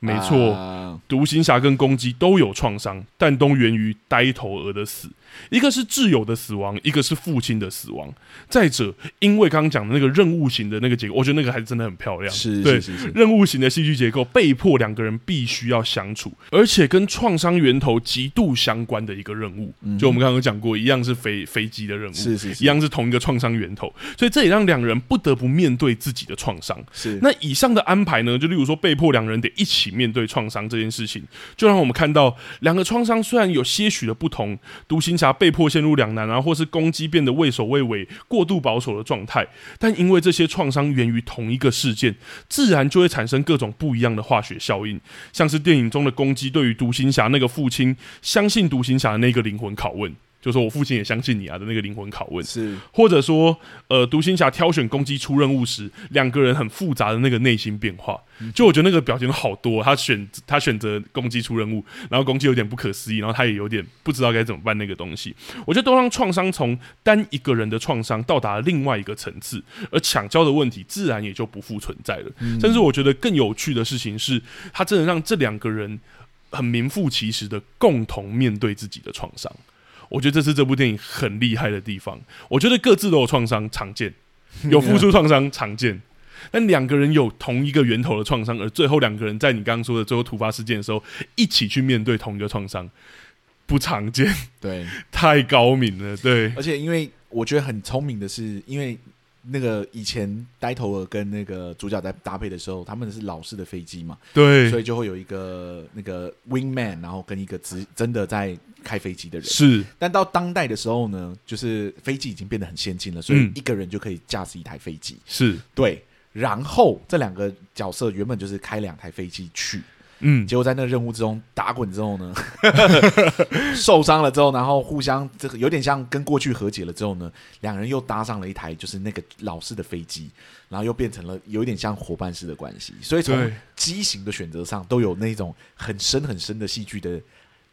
A: 没错，
B: 啊
A: 独行侠跟公鸡都有创伤，但都源于呆头鹅的死。一个是挚友的死亡，一个是父亲的死亡。再者，因为刚刚讲的那个任务型的那个结构，我觉得那个还真的很漂亮。
B: 是
A: 对
B: 是是是，
A: 任务型的戏剧结构被迫两个人必须要相处，而且跟创伤源头极度相关的一个任务，就我们刚刚讲过，一样是飞飞机的任务，
B: 嗯是是是
A: 一样是同一个创伤源头，所以这也让两人不得不面对自己的创伤。
B: 是
A: 那以上的安排呢，就例如说被迫两人得一起面对创伤这件事情，就让我们看到两个创伤虽然有些许的不同，独行侠被迫陷入两难啊，或是攻击变得畏首畏尾、过度保守的状态，但因为这些创伤源于同一个事件，自然就会产生各种不一样的化学效应，像是电影中的攻击对于独行侠那个父亲相信独行侠的那个灵魂拷问。就说我父亲也相信你啊的那个灵魂拷问，
B: 是
A: 或者说，呃，独行侠挑选攻击出任务时，两个人很复杂的那个内心变化。就我觉得那个表情好多，他选他选择攻击出任务，然后攻击有点不可思议，然后他也有点不知道该怎么办那个东西。我觉得都让创伤从单一个人的创伤到达另外一个层次，而抢教的问题自然也就不复存在了。甚至我觉得更有趣的事情是，他真的让这两个人很名副其实的共同面对自己的创伤。我觉得这是这部电影很厉害的地方。我觉得各自都有创伤，常 见；有付出创伤，常见。但两个人有同一个源头的创伤，而最后两个人在你刚刚说的最后突发事件的时候，一起去面对同一个创伤，不常见，
B: 对，
A: 太高明了。对，
B: 而且因为我觉得很聪明的是，因为那个以前呆头鹅跟那个主角在搭配的时候，他们是老式的飞机嘛，所
A: 对，
B: 以就会有一个那个 wing man，然后跟一个直真的在开飞机的人。
A: 是，
B: 但到当代的时候呢，就是飞机已经变得很先进了，所以
A: 嗯
B: 一个人就可以驾驶一台飞机。
A: 是，
B: 对，然后这两个角色原本就是开两台飞机去，
A: 嗯，
B: 结果在那个任务之中打滚之后呢， 受伤了之后，然后互相这个有点像跟过去和解了之后呢，两人又搭上了一台就是那个老式的飞机，然后又变成了有点像伙伴式的关系。所以从
A: 对
B: 机型的选择上都有那种很深很深的戏剧的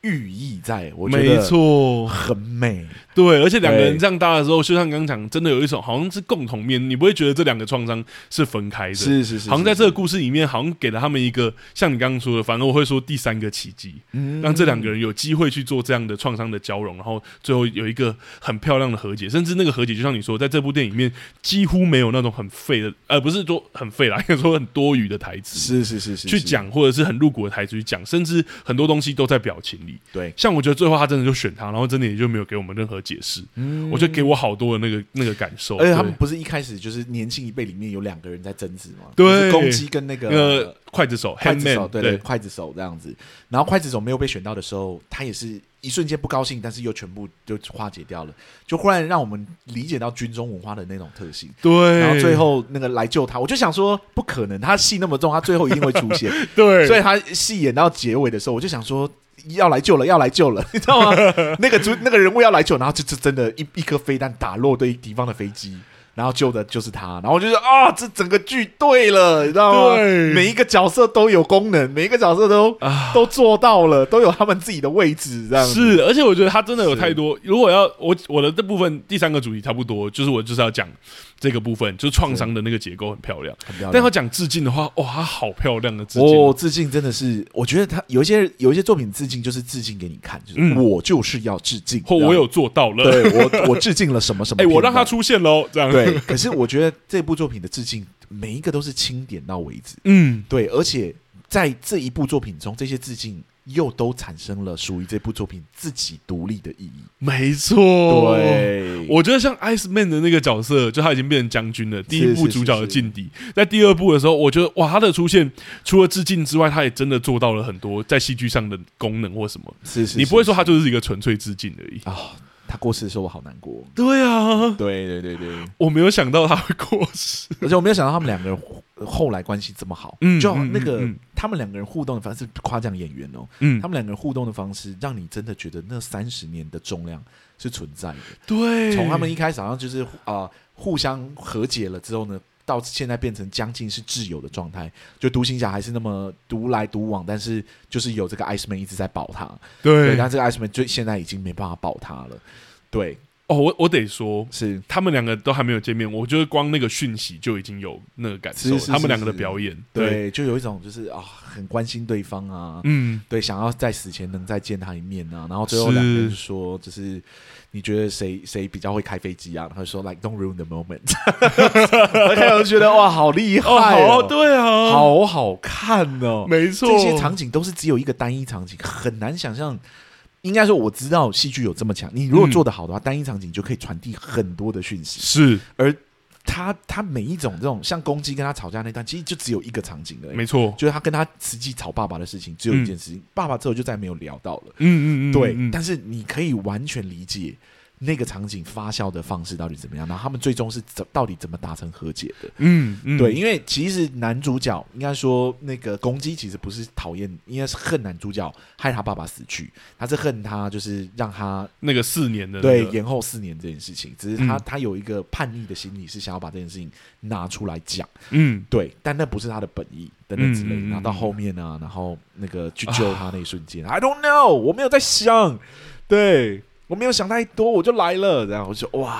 B: 寓意在，我觉得
A: 没错，
B: 很美。
A: 对。而且两个人
B: 对
A: 这样搭的时候，就像刚刚讲，真的有一种好像是共同面，你不会觉得这两个创伤是分开的。
B: 是是是，
A: 好像在
B: 是
A: 这个故事里面，好像给了他们一个像你刚刚说的，反正我会说第三个奇迹，
B: 嗯
A: 让这两个人有机会去做这样的创伤的交融，然后最后有一个很漂亮的和解，甚至那个和解就像你说，在这部电影里面几乎没有那种很废的，呃，不是说很废 啦，应该说很多余的台词。
B: 是是是是
A: 去
B: 是
A: 讲，或者是很露骨的台词去讲，甚至很多东西都在表情里。
B: 对
A: 像我觉得最后他真的就选他，然后真的也就没有给我们任何解释。我觉得给我好多的那个那个感受。
B: 而且嗯哎他们
A: 哦对
B: 不是一开始就是年轻一辈里面有两个人在争执吗？
A: 对
B: 就是公鸡跟那个
A: 那个刽子手
B: 筷子手，
A: ，handman，
B: 对对，筷子手这样子。然后筷子手没有被选到的时候，他也是一瞬间不高兴，但是又全部就化解掉了，就忽然让我们理解到军中文化的那种特性。
A: 对，
B: 然后最后那个来救他，我就想说不可能，他戏那么重，他最后一定会出现。
A: 对，
B: 所以他戏演到结尾的时候，我就想说要来救了，要来救了，你 知道吗？那个主那个人物要来救，然后就就真的一一颗飞弹打落对敌方的飞机。然后救的就是他，然后我就说啊，这整个剧对了，你知道吗？
A: 对
B: 每一个角色都有功能，每一个角色都、
A: 啊
B: 都做到了，都有他们自己的位置，这样子
A: 是，而且我觉得他真的有
B: 是
A: 太多。如果要我我的这部分第三个主题差不多，就是我就是要讲这个部分，就是创伤的那个结构很漂亮。
B: 很漂
A: 但
B: 亮
A: 要讲致敬的话，哇，他好漂亮的致敬
B: 哦
A: 哦，，
B: 致敬真的是，我觉得他有一些有一些作品致敬就是致敬给你看，就是
A: 嗯
B: 我就是要致敬，
A: 或
B: 这样
A: 我有做到了，
B: 对我 我致敬了什么什么
A: 哎，
B: 片段，
A: 我让他出现喽，这 样，
B: 对，可是我觉得这部作品的致敬，每一个都是清点到为止。
A: 嗯，
B: 对，而且在这一部作品中，这些致敬又都产生了属于这部作品自己独立的意义。
A: 没错，。
B: 对，
A: 哦我觉得像 Ice Man 的那个角色，就他已经变成将军了。第一部
B: 是是
A: 主角的劲敌，在第二部的时候，我觉得哇，他的出现除了致敬之外，他也真的做到了很多在戏剧上的功能或什么。
B: 是是，
A: 你不会
B: 是
A: 说他就是一个纯粹致敬而已。
B: 啊、他过世的时候我好难过。
A: 对啊，
B: 对对对对，
A: 我没有想到他会过世。
B: 而且我没有想到他们两个人呃后来关系这么好，
A: 嗯
B: 就
A: 嗯
B: 那个、
A: 嗯嗯
B: 他们两个人互动的方式，夸奖演员哦，
A: 嗯
B: 他，们两个人互动的方式，让你真的觉得那三十年的重量是存在的。
A: 对，
B: 从他们一开始好像就是啊、呃互相和解了之后呢，到现在变成将近是挚友的状态。就独行侠还是那么独来独往，但是就是有这个 Ice Man 一直在保他，
A: 对，
B: 但这个 Ice Man 就现在已经没办法保他了。对，
A: 哦，我我得说，
B: 是
A: 他们两个都还没有见面，我觉得光那个讯息就已经有那个感受。
B: 是是是
A: 他们两个的表演，对，
B: 对，就有一种就是啊，很关心对方啊，
A: 嗯，
B: 对，想要在死前能再见他一面啊。然后最后两个人
A: 是
B: 说，就是你觉得谁谁比较会开飞机啊？然后说 like don't ruin the moment。我看我就觉得哇，好厉害、
A: 哦，好，对啊，，
B: 好好看哦。
A: 没错，
B: 这些场景都是只有一个单一场景，很难想象。应该说，我知道戏剧有这么强，你如果
A: 嗯
B: 做得好的话，单一场景就可以传递很多的讯息。
A: 是
B: 而他他每一种这种像公鸡跟他吵架那段，其实就只有一个场景而已，
A: 没错，嗯
B: 就是他跟他实际吵爸爸的事情只有一件事情，爸爸之后就再没有聊到了。
A: 嗯嗯嗯，
B: 对，
A: 嗯
B: 但是你可以完全理解。那个场景发酵的方式到底怎么样？然后他们最终是怎到底怎么达成和解的？
A: 嗯嗯，
B: 对，，因为其实男主角应该说那个公鸡其实不是讨厌，应该是恨男主角害他爸爸死去，他是恨他就是让他
A: 那个四年的那
B: 对
A: 个
B: 延后四年这件事情，只是他、
A: 呃嗯
B: 他有一个叛逆的心理，是想要把这件事情拿出来讲，
A: 嗯，
B: 对，但那不是他的本意等等之
A: 嗯嗯
B: 类
A: 啊
B: 的。
A: 嗯
B: 然后到后面呢、然后那个去救他那一瞬间、i don't know，我没有在想，对我没有想太多，我就来了，然后我就哇，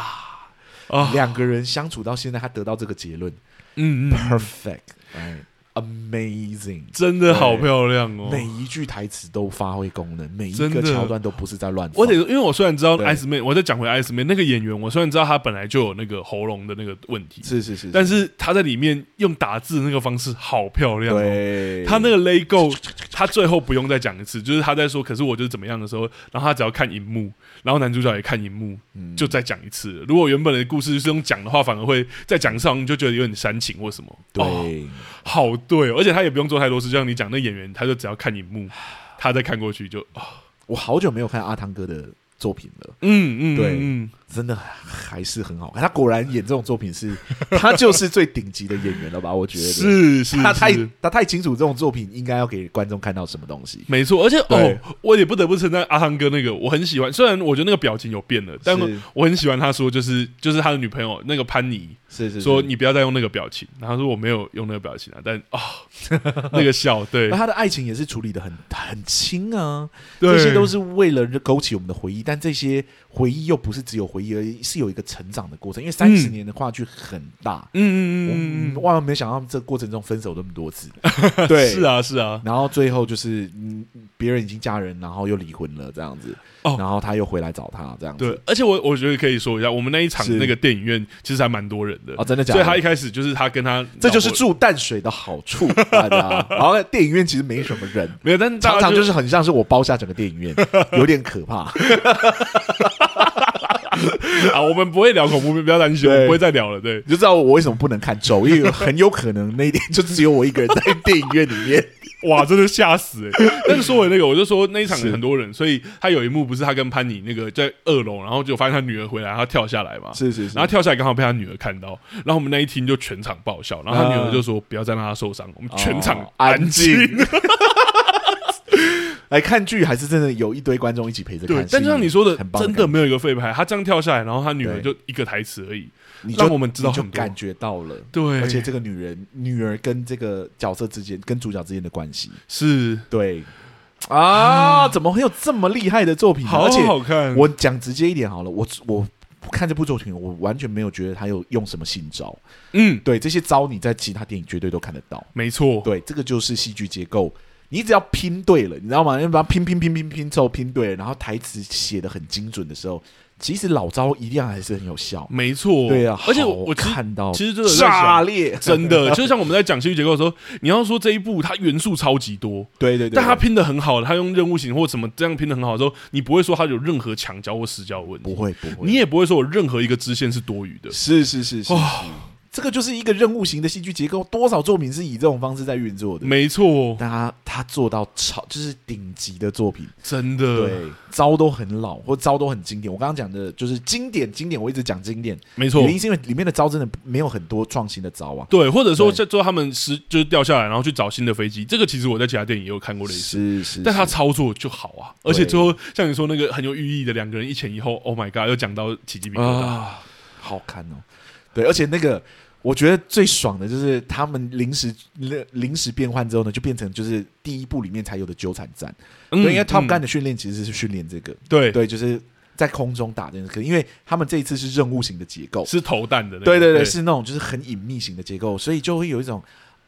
A: 啊，
B: 两个人相处到现在，他得到这个结论、
A: 嗯嗯
B: p e r f e c t a m a z i n g
A: 真的好漂亮哦，
B: 每一句台词都发挥功能，每一
A: 真的
B: 个桥段都不是在乱放。
A: 我得，因为我虽然知道
B: 对
A: Ice Man，我再讲回 Ice Man 那个演员，我虽然知道他本来就有那个喉咙的那个问题，
B: 是是是，
A: 但是他在里面用打字那个方式好漂亮、哦。
B: 对
A: 他那个 lego，他最后不用再讲一次，就是他在说，可是我就是怎么样的时候，然后他只要看荧幕，然后男主角也看荧幕，
B: 嗯
A: 就再讲一次了。如果原本的故事是用讲的话，反而会再讲上，你就觉得有点煽情或什么。
B: 对。
A: 哦好对、哦，而且他也不用做太多事，就像你讲，那演员他就只要看荧幕，他再看过去就，哦
B: 我好久没有看阿汤哥的作品了，
A: 嗯嗯，
B: 对
A: 嗯
B: 真的还是很好看。他果然演这种作品 是，他就是最顶级的演员了吧？我觉得，
A: 是是，
B: 他太
A: 是
B: 他太清楚这种作品应该要给观众看到什么东西。
A: 没错，而且
B: 对
A: 哦，我也不得不称赞阿汤哥那个，我很喜欢。虽然我觉得那个表情有变了，但
B: 是
A: 我很喜欢他说，就是就是他的女朋友那个潘妮
B: 是是
A: 说，你不要再用那个表情，然后他说我没有用那个表情啊，但哦， 那个笑，对
B: 那他的爱情也是处理的很很轻啊，
A: 对，
B: 这些都是为了勾起我们的回忆，但这些回忆又不是只有回忆而已，是有一个成长的过程。因为三十年的话剧很大，
A: 嗯嗯嗯嗯
B: 我
A: 嗯
B: 万万没有想到这过程中分手这么多 次。对，
A: 是啊是啊，
B: 然后最后就是嗯，别人已经嫁人，然后又离婚了这样子，
A: 哦
B: 然后他又回来找他这样子，
A: 对，而且我我觉得可以说一下，我们那一场
B: 是
A: 那个电影院其实还蛮多人的
B: 哦，真的假
A: 所以
B: 的？
A: 他一开始就是他跟他，
B: 这就是住淡水的好处，大 家。然后电影院其实没什么人，
A: 没有，但是大
B: 常
A: 家
B: 常就是很像是我包下整个电影院，有点可怕。
A: 啊，我们不会聊恐怖片，不要担心，我
B: 对
A: 们不会再聊了，对。
B: 你就知道我为什么不能看咒，因为很有可能那一天就只有我一个人在电影院里 面。
A: 哇，真的吓死、欸！ 但是说回那个，我就说那一场
B: 是
A: 很多人，所以他有一幕不是他跟潘妮那个在二楼，然后就发现他女儿回来，他跳下来嘛，
B: 是是是
A: 然后跳下来刚好被他女儿看到，然后我们那一厅就全场爆笑，然后他女儿
B: 啊
A: 就说不要再让他受伤，我们
B: 哦
A: 全场
B: 安
A: 静。
B: 静 来看剧还是真的有一堆观众一起陪着
A: 对
B: 看，，
A: 但就像你说的
B: 很，棒的
A: 真的没有一个废牌，他这样跳下来，然后他女儿
B: 对
A: 就一个台词而已，
B: 你就
A: 让我们知道
B: 你就
A: 很多
B: 感。觉到了。
A: 对，
B: 而且这个女人、女儿跟这个角色之间、跟主角之间的关系，
A: 是
B: 对啊，怎么会有这么厉害的作品呢？
A: 好
B: 嗯而且
A: 好看，
B: 我讲直接一点好了，我我看这部作品，我完全没有觉得他有用什么新招。
A: 嗯，
B: 对，这些招你在其他电影绝对都看得到。
A: 没错，
B: 对，这个就是戏剧结构，你只要拼对了，你知道吗？你把它拼拼拼拼拼凑拼对了，然后台词写的很精准的时候，其实老招一样还是很有效。
A: 没错，
B: 对啊，
A: 嗯而且我
B: 好
A: 我其实
B: 看到
A: 其实真的在想
B: 炸 裂，
A: 真的，就像我们在讲戏剧结构的时候，你要说这一部它元素超级多，
B: 对对对，
A: 但它拼的很好，它用任务型或什么这样拼的很好的时候，你不会说它有任何强交或死交的问
B: 不
A: 题，
B: 会不会，
A: 你也不会说有任何一个支线是多余的。
B: 是是是是
A: 哇，
B: 这个就是一个任务型的戏剧结构，多少作品是以这种方式在运作的。
A: 没错，
B: 但他他做到超就是顶级的作品，
A: 真的，
B: 对，招都很老或招都很经典。我刚刚讲的就是经典，经典，我一直讲经典，
A: 没错
B: 原。因是因为里面的招真的没有很多创新的招啊。
A: 对，或者说
B: 对
A: 在最后他们失就是掉下来，然后去找新的飞机，这个其实我在其他电影也有看过类似，
B: 是是，
A: 但他
B: 是
A: 操作就好啊，而且最后像你说那个很有寓意的两个人一前一后，Oh my god，又讲到奇迹比疙瘩，
B: 啊，好看哦。对，而且那个我觉得最爽的就是他们临时临时变换之后呢，就变成就是第一部里面才有的纠缠战。
A: 嗯
B: 对，因为 Top
A: 嗯
B: Gun 的训练其实是训练这个，
A: 对
B: 对，就是在空中打这件事，可因为他们这一次是任务型的结构，
A: 是投弹的那个，
B: 对对对，是那种就是很隐秘型的结构，所以就会有一种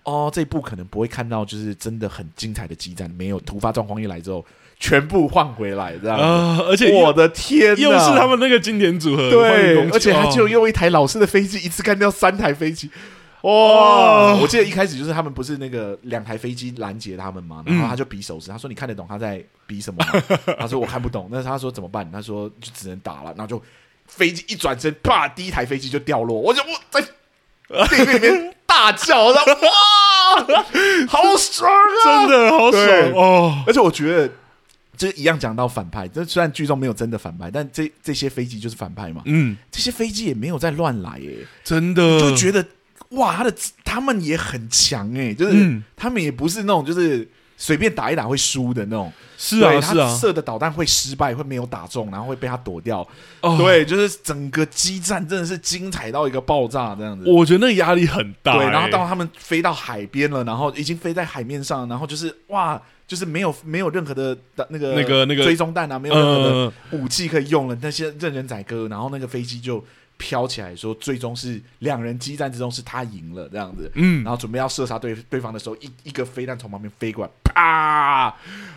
B: 哦，这一部可能不会看到就是真的很精彩的激战，没有突发状况一来之后，全部换回来这样子。
A: 啊，而且
B: 我
A: 又
B: 的天呐，
A: 又是他们那个经典组合，换
B: 对
A: 攻，击
B: 而且他
A: 哦
B: 就用一台老式的飞机一次干掉三台飞机。哇、
A: 哦
B: 我记得一开始就是他们不是那个两台飞机拦截他们嘛，
A: 嗯
B: 然后他就比手势，他说你看得懂他在比什么吗？ 他说我看不懂，那他说怎么办？他说就只能打了，然后就飞机一转身，啪，第一台飞机就掉落，我就我在电影院里面大叫，我说哇， 好爽啊！
A: 真的好
B: 对
A: 爽哦，
B: 而且我觉得。这一样讲到反派，这虽然剧中没有真的反派，但这这些飞机就是反派嘛。
A: 嗯，
B: 这些飞机也没有在乱来耶、
A: 真的
B: 就觉得哇，他的他们也很强哎、就是、
A: 嗯
B: 他们也不是那种就是随便打一打会输的那种，
A: 是啊
B: 对
A: 是啊
B: 他，射的导弹会失败，会没有打中，然后会被他躲掉，
A: 哦，
B: 对，就是整个激战真的是精彩到一个爆炸这样子。
A: 我觉得那个压力很大，
B: 对，然后
A: 哎
B: 到他们飞到海边了，然后已经飞在海面上，然后就是哇，就是没有没有任何的的那个
A: 那个那个
B: 追踪弹啊，没有任何的
A: 呃，
B: 武器可以用了，那些任人宰割，然后那个飞机就飘起来说，最终是两人激战之中是他赢了这样子，
A: 嗯
B: 然，后准备要射杀对对方的时候，一一个飞弹从旁边飞过来，啪！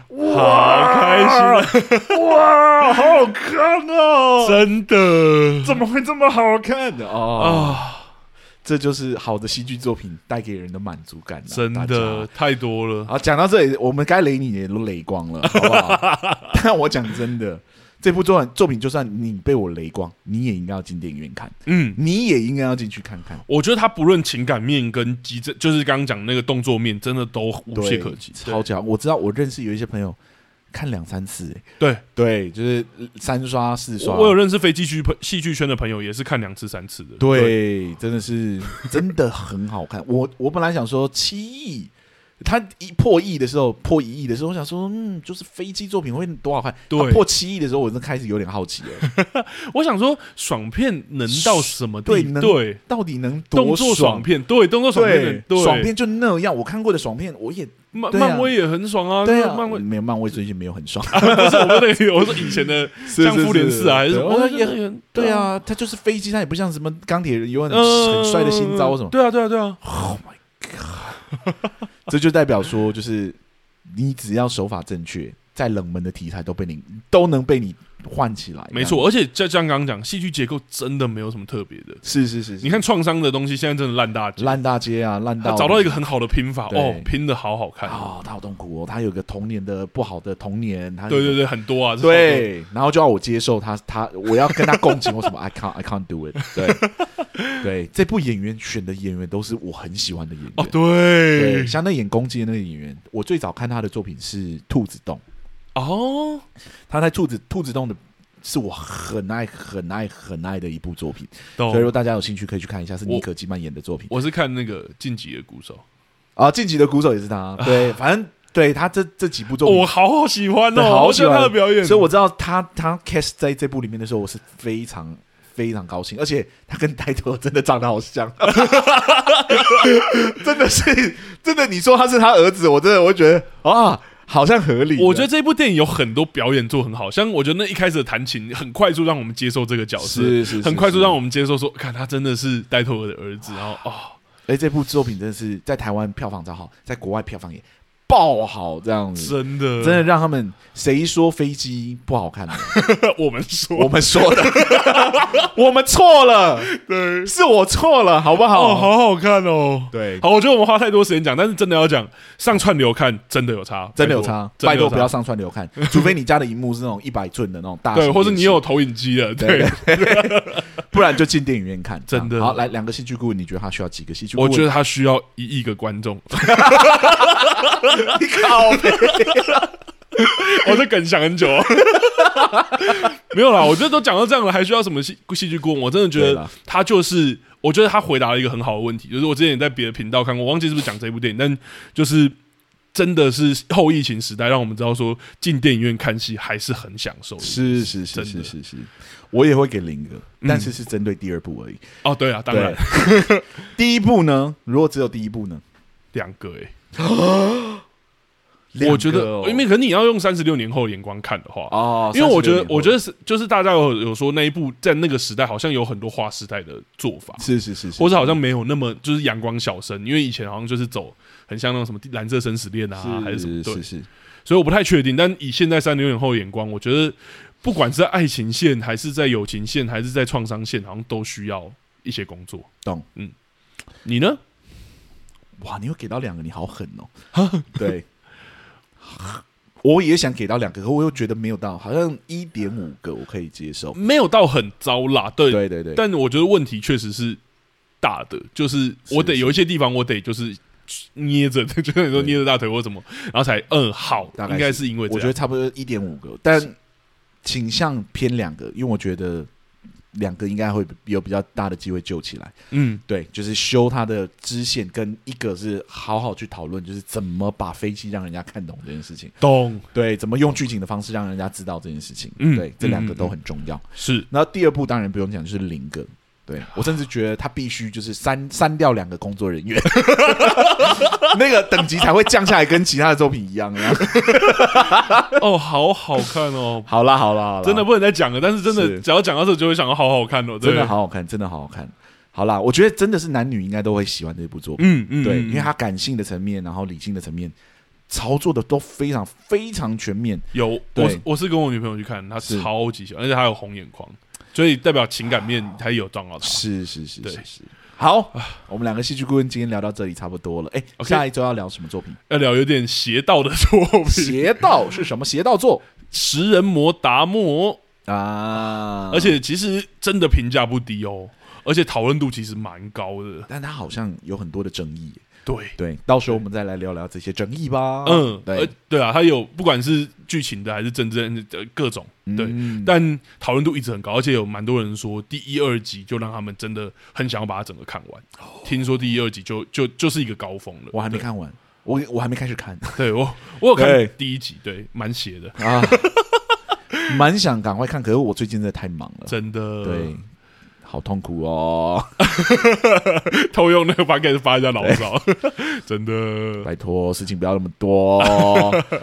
B: 哇，
A: 好开心啊
B: 哇，好好看 哦！
A: 真的
B: 怎么会这么好看的哦？
A: 啊，
B: 这就是好的戏剧作品带给人的满足感、啊，
A: 真
B: 大家
A: 的太多了，
B: 好，讲到这里，我们该雷你也都雷光 了，好不好？但我讲真的，这部作作品就算你被我雷光，你也应该要进电影院看，
A: 嗯。
B: 你也应该要进去看看，
A: 我觉得他不论情感面跟极致，就是刚刚讲那个动作面，真的都无懈
B: 对
A: 可击。
B: 超强！我知道，我认识有一些朋友看两三次、欸，
A: 对，
B: 对，就是呃三刷四刷，
A: 我我有认识非戏剧朋戏剧圈的朋友，也是看两次三次的。
B: 对，真的是真的很好看。我我本来想说七亿。他一破亿的时候，破一亿的时候，我想说，嗯，就是飞机作品会多好看。
A: 对
B: 啊他破七亿的时候，我真的开始有点好奇了。
A: 我想说，爽片能到什么地
B: 对
A: 步？
B: 能
A: 对，
B: 到底能多
A: 动作爽
B: 爽
A: 片，对，动作爽片能，对，
B: 爽片就那样。我看过的爽片，我也
A: 漫
B: 对啊
A: 漫威也很爽啊，
B: 对
A: 那
B: 啊，
A: 漫威啊
B: 没有漫威最近没有很爽，
A: 不是我说那个，我说以前 的像复联四 啊，还是什
B: 对
A: 么，
B: 我
A: 我
B: 说
A: 觉
B: 也
A: 得那个
B: 对，啊，他就是飞机，他也不像什么钢铁人有很
A: 嗯
B: 很帅的新招什么，
A: 对啊，对啊，对啊，
B: 这就代表说，就是你只要手法正确，再冷门的题材都被你都能被你唤起来。
A: 没错。而且就像刚刚讲，戏剧结构真的没有什么特别的。
B: 这样，是是是，是
A: 你看创伤的东西，现在真的烂大街。
B: 烂大街啊，烂
A: 他
B: 到
A: 找到一个很好的拼法，
B: 对
A: 哦，拼的好好看。
B: 啊、他好痛苦哦，他有个童年的不好的童年，他有
A: 对
B: 个
A: 对对，很多啊，这好多，
B: 对，然后就要我接受他，他我要跟他共情，我什么 I can't I can't do it 对。 对这部演员选的演员都是我很喜欢的演员。
A: 哦，对
B: 对，，像那演公鸡的那个演员，我最早看他的作品是《兔子洞》，
A: 哦，
B: 他在《兔子兔子洞》的是我很爱很爱很爱的一部作品，所以
A: 懂。
B: 说大家有兴趣可以去看一下，是
A: 我
B: 尼可基曼演的作品
A: 哦我是看那个《晋级的鼓手
B: 啊，《晋级的鼓手》也是他，对，反正对他这这几部》，作品
A: 哦我好喜欢
B: 对
A: 哦，
B: 好
A: 我喜
B: 喜
A: 欢
B: 欢
A: 他的表演，
B: 所以我知道他他 cast 在这部里面的时候，我是非常非常高兴，而且他跟呆头真的长得 好像，真的是真的，你说他是他儿子，我真的我会觉得啊，好像合理。
A: 我觉得这部电影有很多表演做很好，像我觉得那一开始的弹琴很快速让我们接受这个角色，
B: 是是是
A: 很快速让
B: 我，
A: 我们接受说，看他真的是戴托尔的儿子，然后哦，
B: 哎，这部作品真的是在台湾票房超好，在国外票房也爆好，这样子。
A: 真的
B: 真的让他们谁说飞机不好看呢？
A: 的， 我们说
B: 我们说的， 我们错了，
A: 对，
B: 是我错了，好不好？
A: 哦，好好看哦。
B: 对，
A: 好，我觉得我们花太多时间讲，但是真的要讲上串流看，真的有差，
B: 真的有差，
A: 真的
B: 拜
A: 有
B: 托
A: 差
B: 不要上串流看，除非你家的荧幕是那种一百寸的那种大型
A: 对，
B: 电视，
A: 或是你有投影机了，
B: 对
A: 对，，
B: 不然就进电影院看。
A: 真的
B: 这样好，来两个戏剧顾问，你觉得他需要几个戏剧顾
A: 我
B: 问？
A: 觉得他需要一亿个观众，
B: 得你靠北，
A: 我这梗想很久哦。 没有啦，我觉得都讲到这样了，还需要什么戏戏剧顾问？我真的觉
B: 对
A: 得
B: 啦
A: 他就是，我觉得他回答了一个很好的问题，就是我之前也在别的频道看过，我忘记是不是讲这部电影，但就是真的是后疫情时代，让我们知道说进电影院看戏还是很享受的。
B: 是是是
A: 真
B: 是
A: 的
B: 是是，我也会给零个，但是是针对第二部而已。
A: 哦，对啊，当然
B: 对，第一部呢？如果只有第一部呢？
A: 两个诶、
B: 两个
A: 欸我觉得
B: 哦，
A: 因为可能你要用三十六年后的眼光看的话，
B: 哦，
A: 因为我觉得
B: 36年，后
A: 我觉得是就是大家有有说那一部在那个时代好像有很多划时代的做法，
B: 是是是是，
A: 或者好像没有那么就是阳光小生，因为以前好像就是走很像那种什么蓝色生死恋啊，还是什么对
B: 是，是
A: 所以我不太确定。但以现在三十六年后的眼光，我觉得不管是在爱情线，还是在友情线，还是在创伤线，好像都需要一些工作。
B: 懂？
A: 嗯，你呢？
B: 哇，你又给到两个，你好狠哦！ 对，我也想给到两个，可我又觉得没有到，好像一点五个我可以接受。
A: 没有到很糟啦，嗯对，
B: 对对对，
A: 但我觉得问题确实是大的，就是我得
B: 是
A: 有一些地方我得就是捏着， 就是你说
B: 对
A: 捏着大腿或什么，然后才嗯好，
B: 大概
A: 应该是因为这
B: 我觉得
A: 样。
B: 差不多一点五个，但倾向偏两个，因为我觉得两个应该会有比较大的机会救起来。
A: 嗯，
B: 对，就是修它的支线，跟一个是好好去讨论，就是怎么把飞机让人家看懂这件事情。
A: 懂
B: 对，怎么用剧情的方式让人家知道这件事情。
A: 嗯
B: 对，这两个都很重要。
A: 是
B: 然后第二步当然不用讲，就是零个。 对我甚至觉得他必须就是删删掉两个工作人员， 那个等级才会降下来，跟其他的作品一样。啊然后
A: 哦，好好看哦
B: ，好啦好啦好啦，
A: 真的不能再讲了。但是真的，
B: 是
A: 只要讲到这，就会想到好好看哦，对
B: 真的，好好看，真的好好看。好啦，我觉得真的是男女应该都会喜欢这部作品。
A: 嗯嗯，
B: 对，
A: 嗯
B: 因为它感性的层面，然后理性的层面，操作的都非常非常全面。
A: 有
B: 对
A: 我是我是跟我女朋友去看，她
B: 是
A: 超级喜欢，而且她有红眼眶，所以代表情感面她也有撞到她。
B: 是是是
A: 对
B: 是啊是。好，我们两个戏剧顾问今天聊到这里差不多 了。哎，
A: OK
B: 下一周要聊什么作品？
A: 要聊有点邪道的作品，
B: 邪道是什么？邪道作
A: 食人魔达摩。
B: 啊，
A: 而，且其实真的评价不低哦，而且讨论度其实蛮高的。
B: 但它好像有很多的争议。
A: 对，
B: 对，到时候我们再来聊聊这些争议吧。
A: 嗯，呃
B: 对，
A: 对啊，它有不管是剧情的还是政治的呃各种，对，
B: 嗯
A: 但讨论度一直很高，而且有蛮多人说第一、二集就让他们真的很想要把它整个看完。
B: 哦
A: 听说第一、二集就就就是一个高峰了。
B: 我还没
A: 对，
B: 看完，我我还没开始看
A: 对我我有
B: 对
A: 看第一集，对，蛮邪的，
B: 啊，蛮想赶快看，可是我最近真的太忙了，
A: 真的。
B: 对，，好痛苦 哦。
A: 偷用那个 p o d 发一下牢骚， 真的。
B: 拜托，事情不要那么多。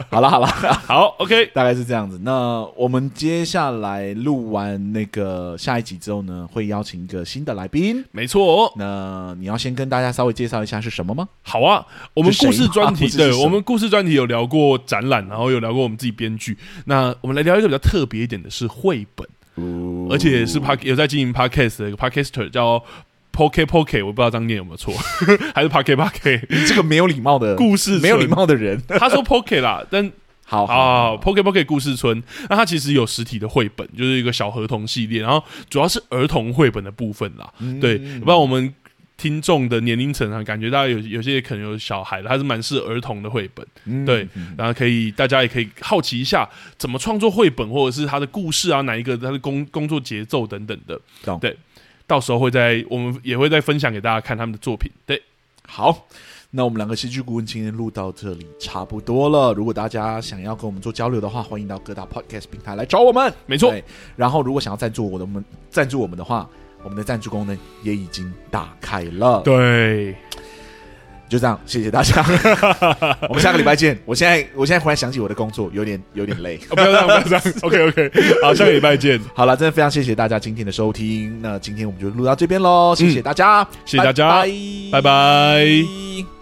B: 好了好了，
A: 好，OK，
B: 大概是这样子。那我们接下来录完那个下一集之后呢，会邀请一个新的来宾。
A: 没错、哦。
B: 那你要先跟大家稍微介绍一下是什么吗？
A: 好啊，我们故事专题，
B: 是谁
A: 对
B: 啊不是是谁
A: 我们故事专题有聊过展览，然后有聊过我们自己编剧。那我们来聊一个比较特别一点的是绘本，
B: 哦
A: 而且是 p a 有在经营 podcast 的一个 podcaster 叫 Poke Poke，我不知道这样念有没有错， 还是 Poke Poke。
B: 你这个没有礼貌的
A: 故事村
B: 没有礼貌的人。
A: 他说 Poke 啦，但
B: 好
A: 啊、p o k e Poke 故事村，那它其实有实体的绘本，就是一个小合童系列，然后主要是儿童绘本的部分啦。
B: 嗯
A: 对，不然我们听众的年龄层啊，感觉到有有些可能有小孩的，它是蛮适合儿童的绘本。
B: 嗯
A: 对，然后可以大家也可以好奇一下怎么创作绘本，或者是它的故事啊，哪一个它的工工作节奏等等的。
B: 懂
A: 对，到时候会在我们也会再分享给大家看他们的作品。
B: 嗯
A: 对，
B: 好，那我们两个戏剧顾问今天录到这里差不多了。如果大家想要跟我们做交流的话，欢迎到各大 podcast 平台来找我们。
A: 没错
B: 对，然后如果想要赞助我的我们赞助我们的话，我们的赞助功能也已经打开了。，
A: 对，
B: 就这样，谢谢大家， 我们下个礼拜见。我现在我现在忽然想起我的工作，有点有点 累。
A: 哦、不要这样，不要这样。OK OK，好，下个礼拜见，
B: 好了，真的非常谢谢大家今天的收听。那今天我们就录到这边喽，谢谢大家，
A: 谢谢大家
B: 拜拜
A: 拜拜。
B: 拜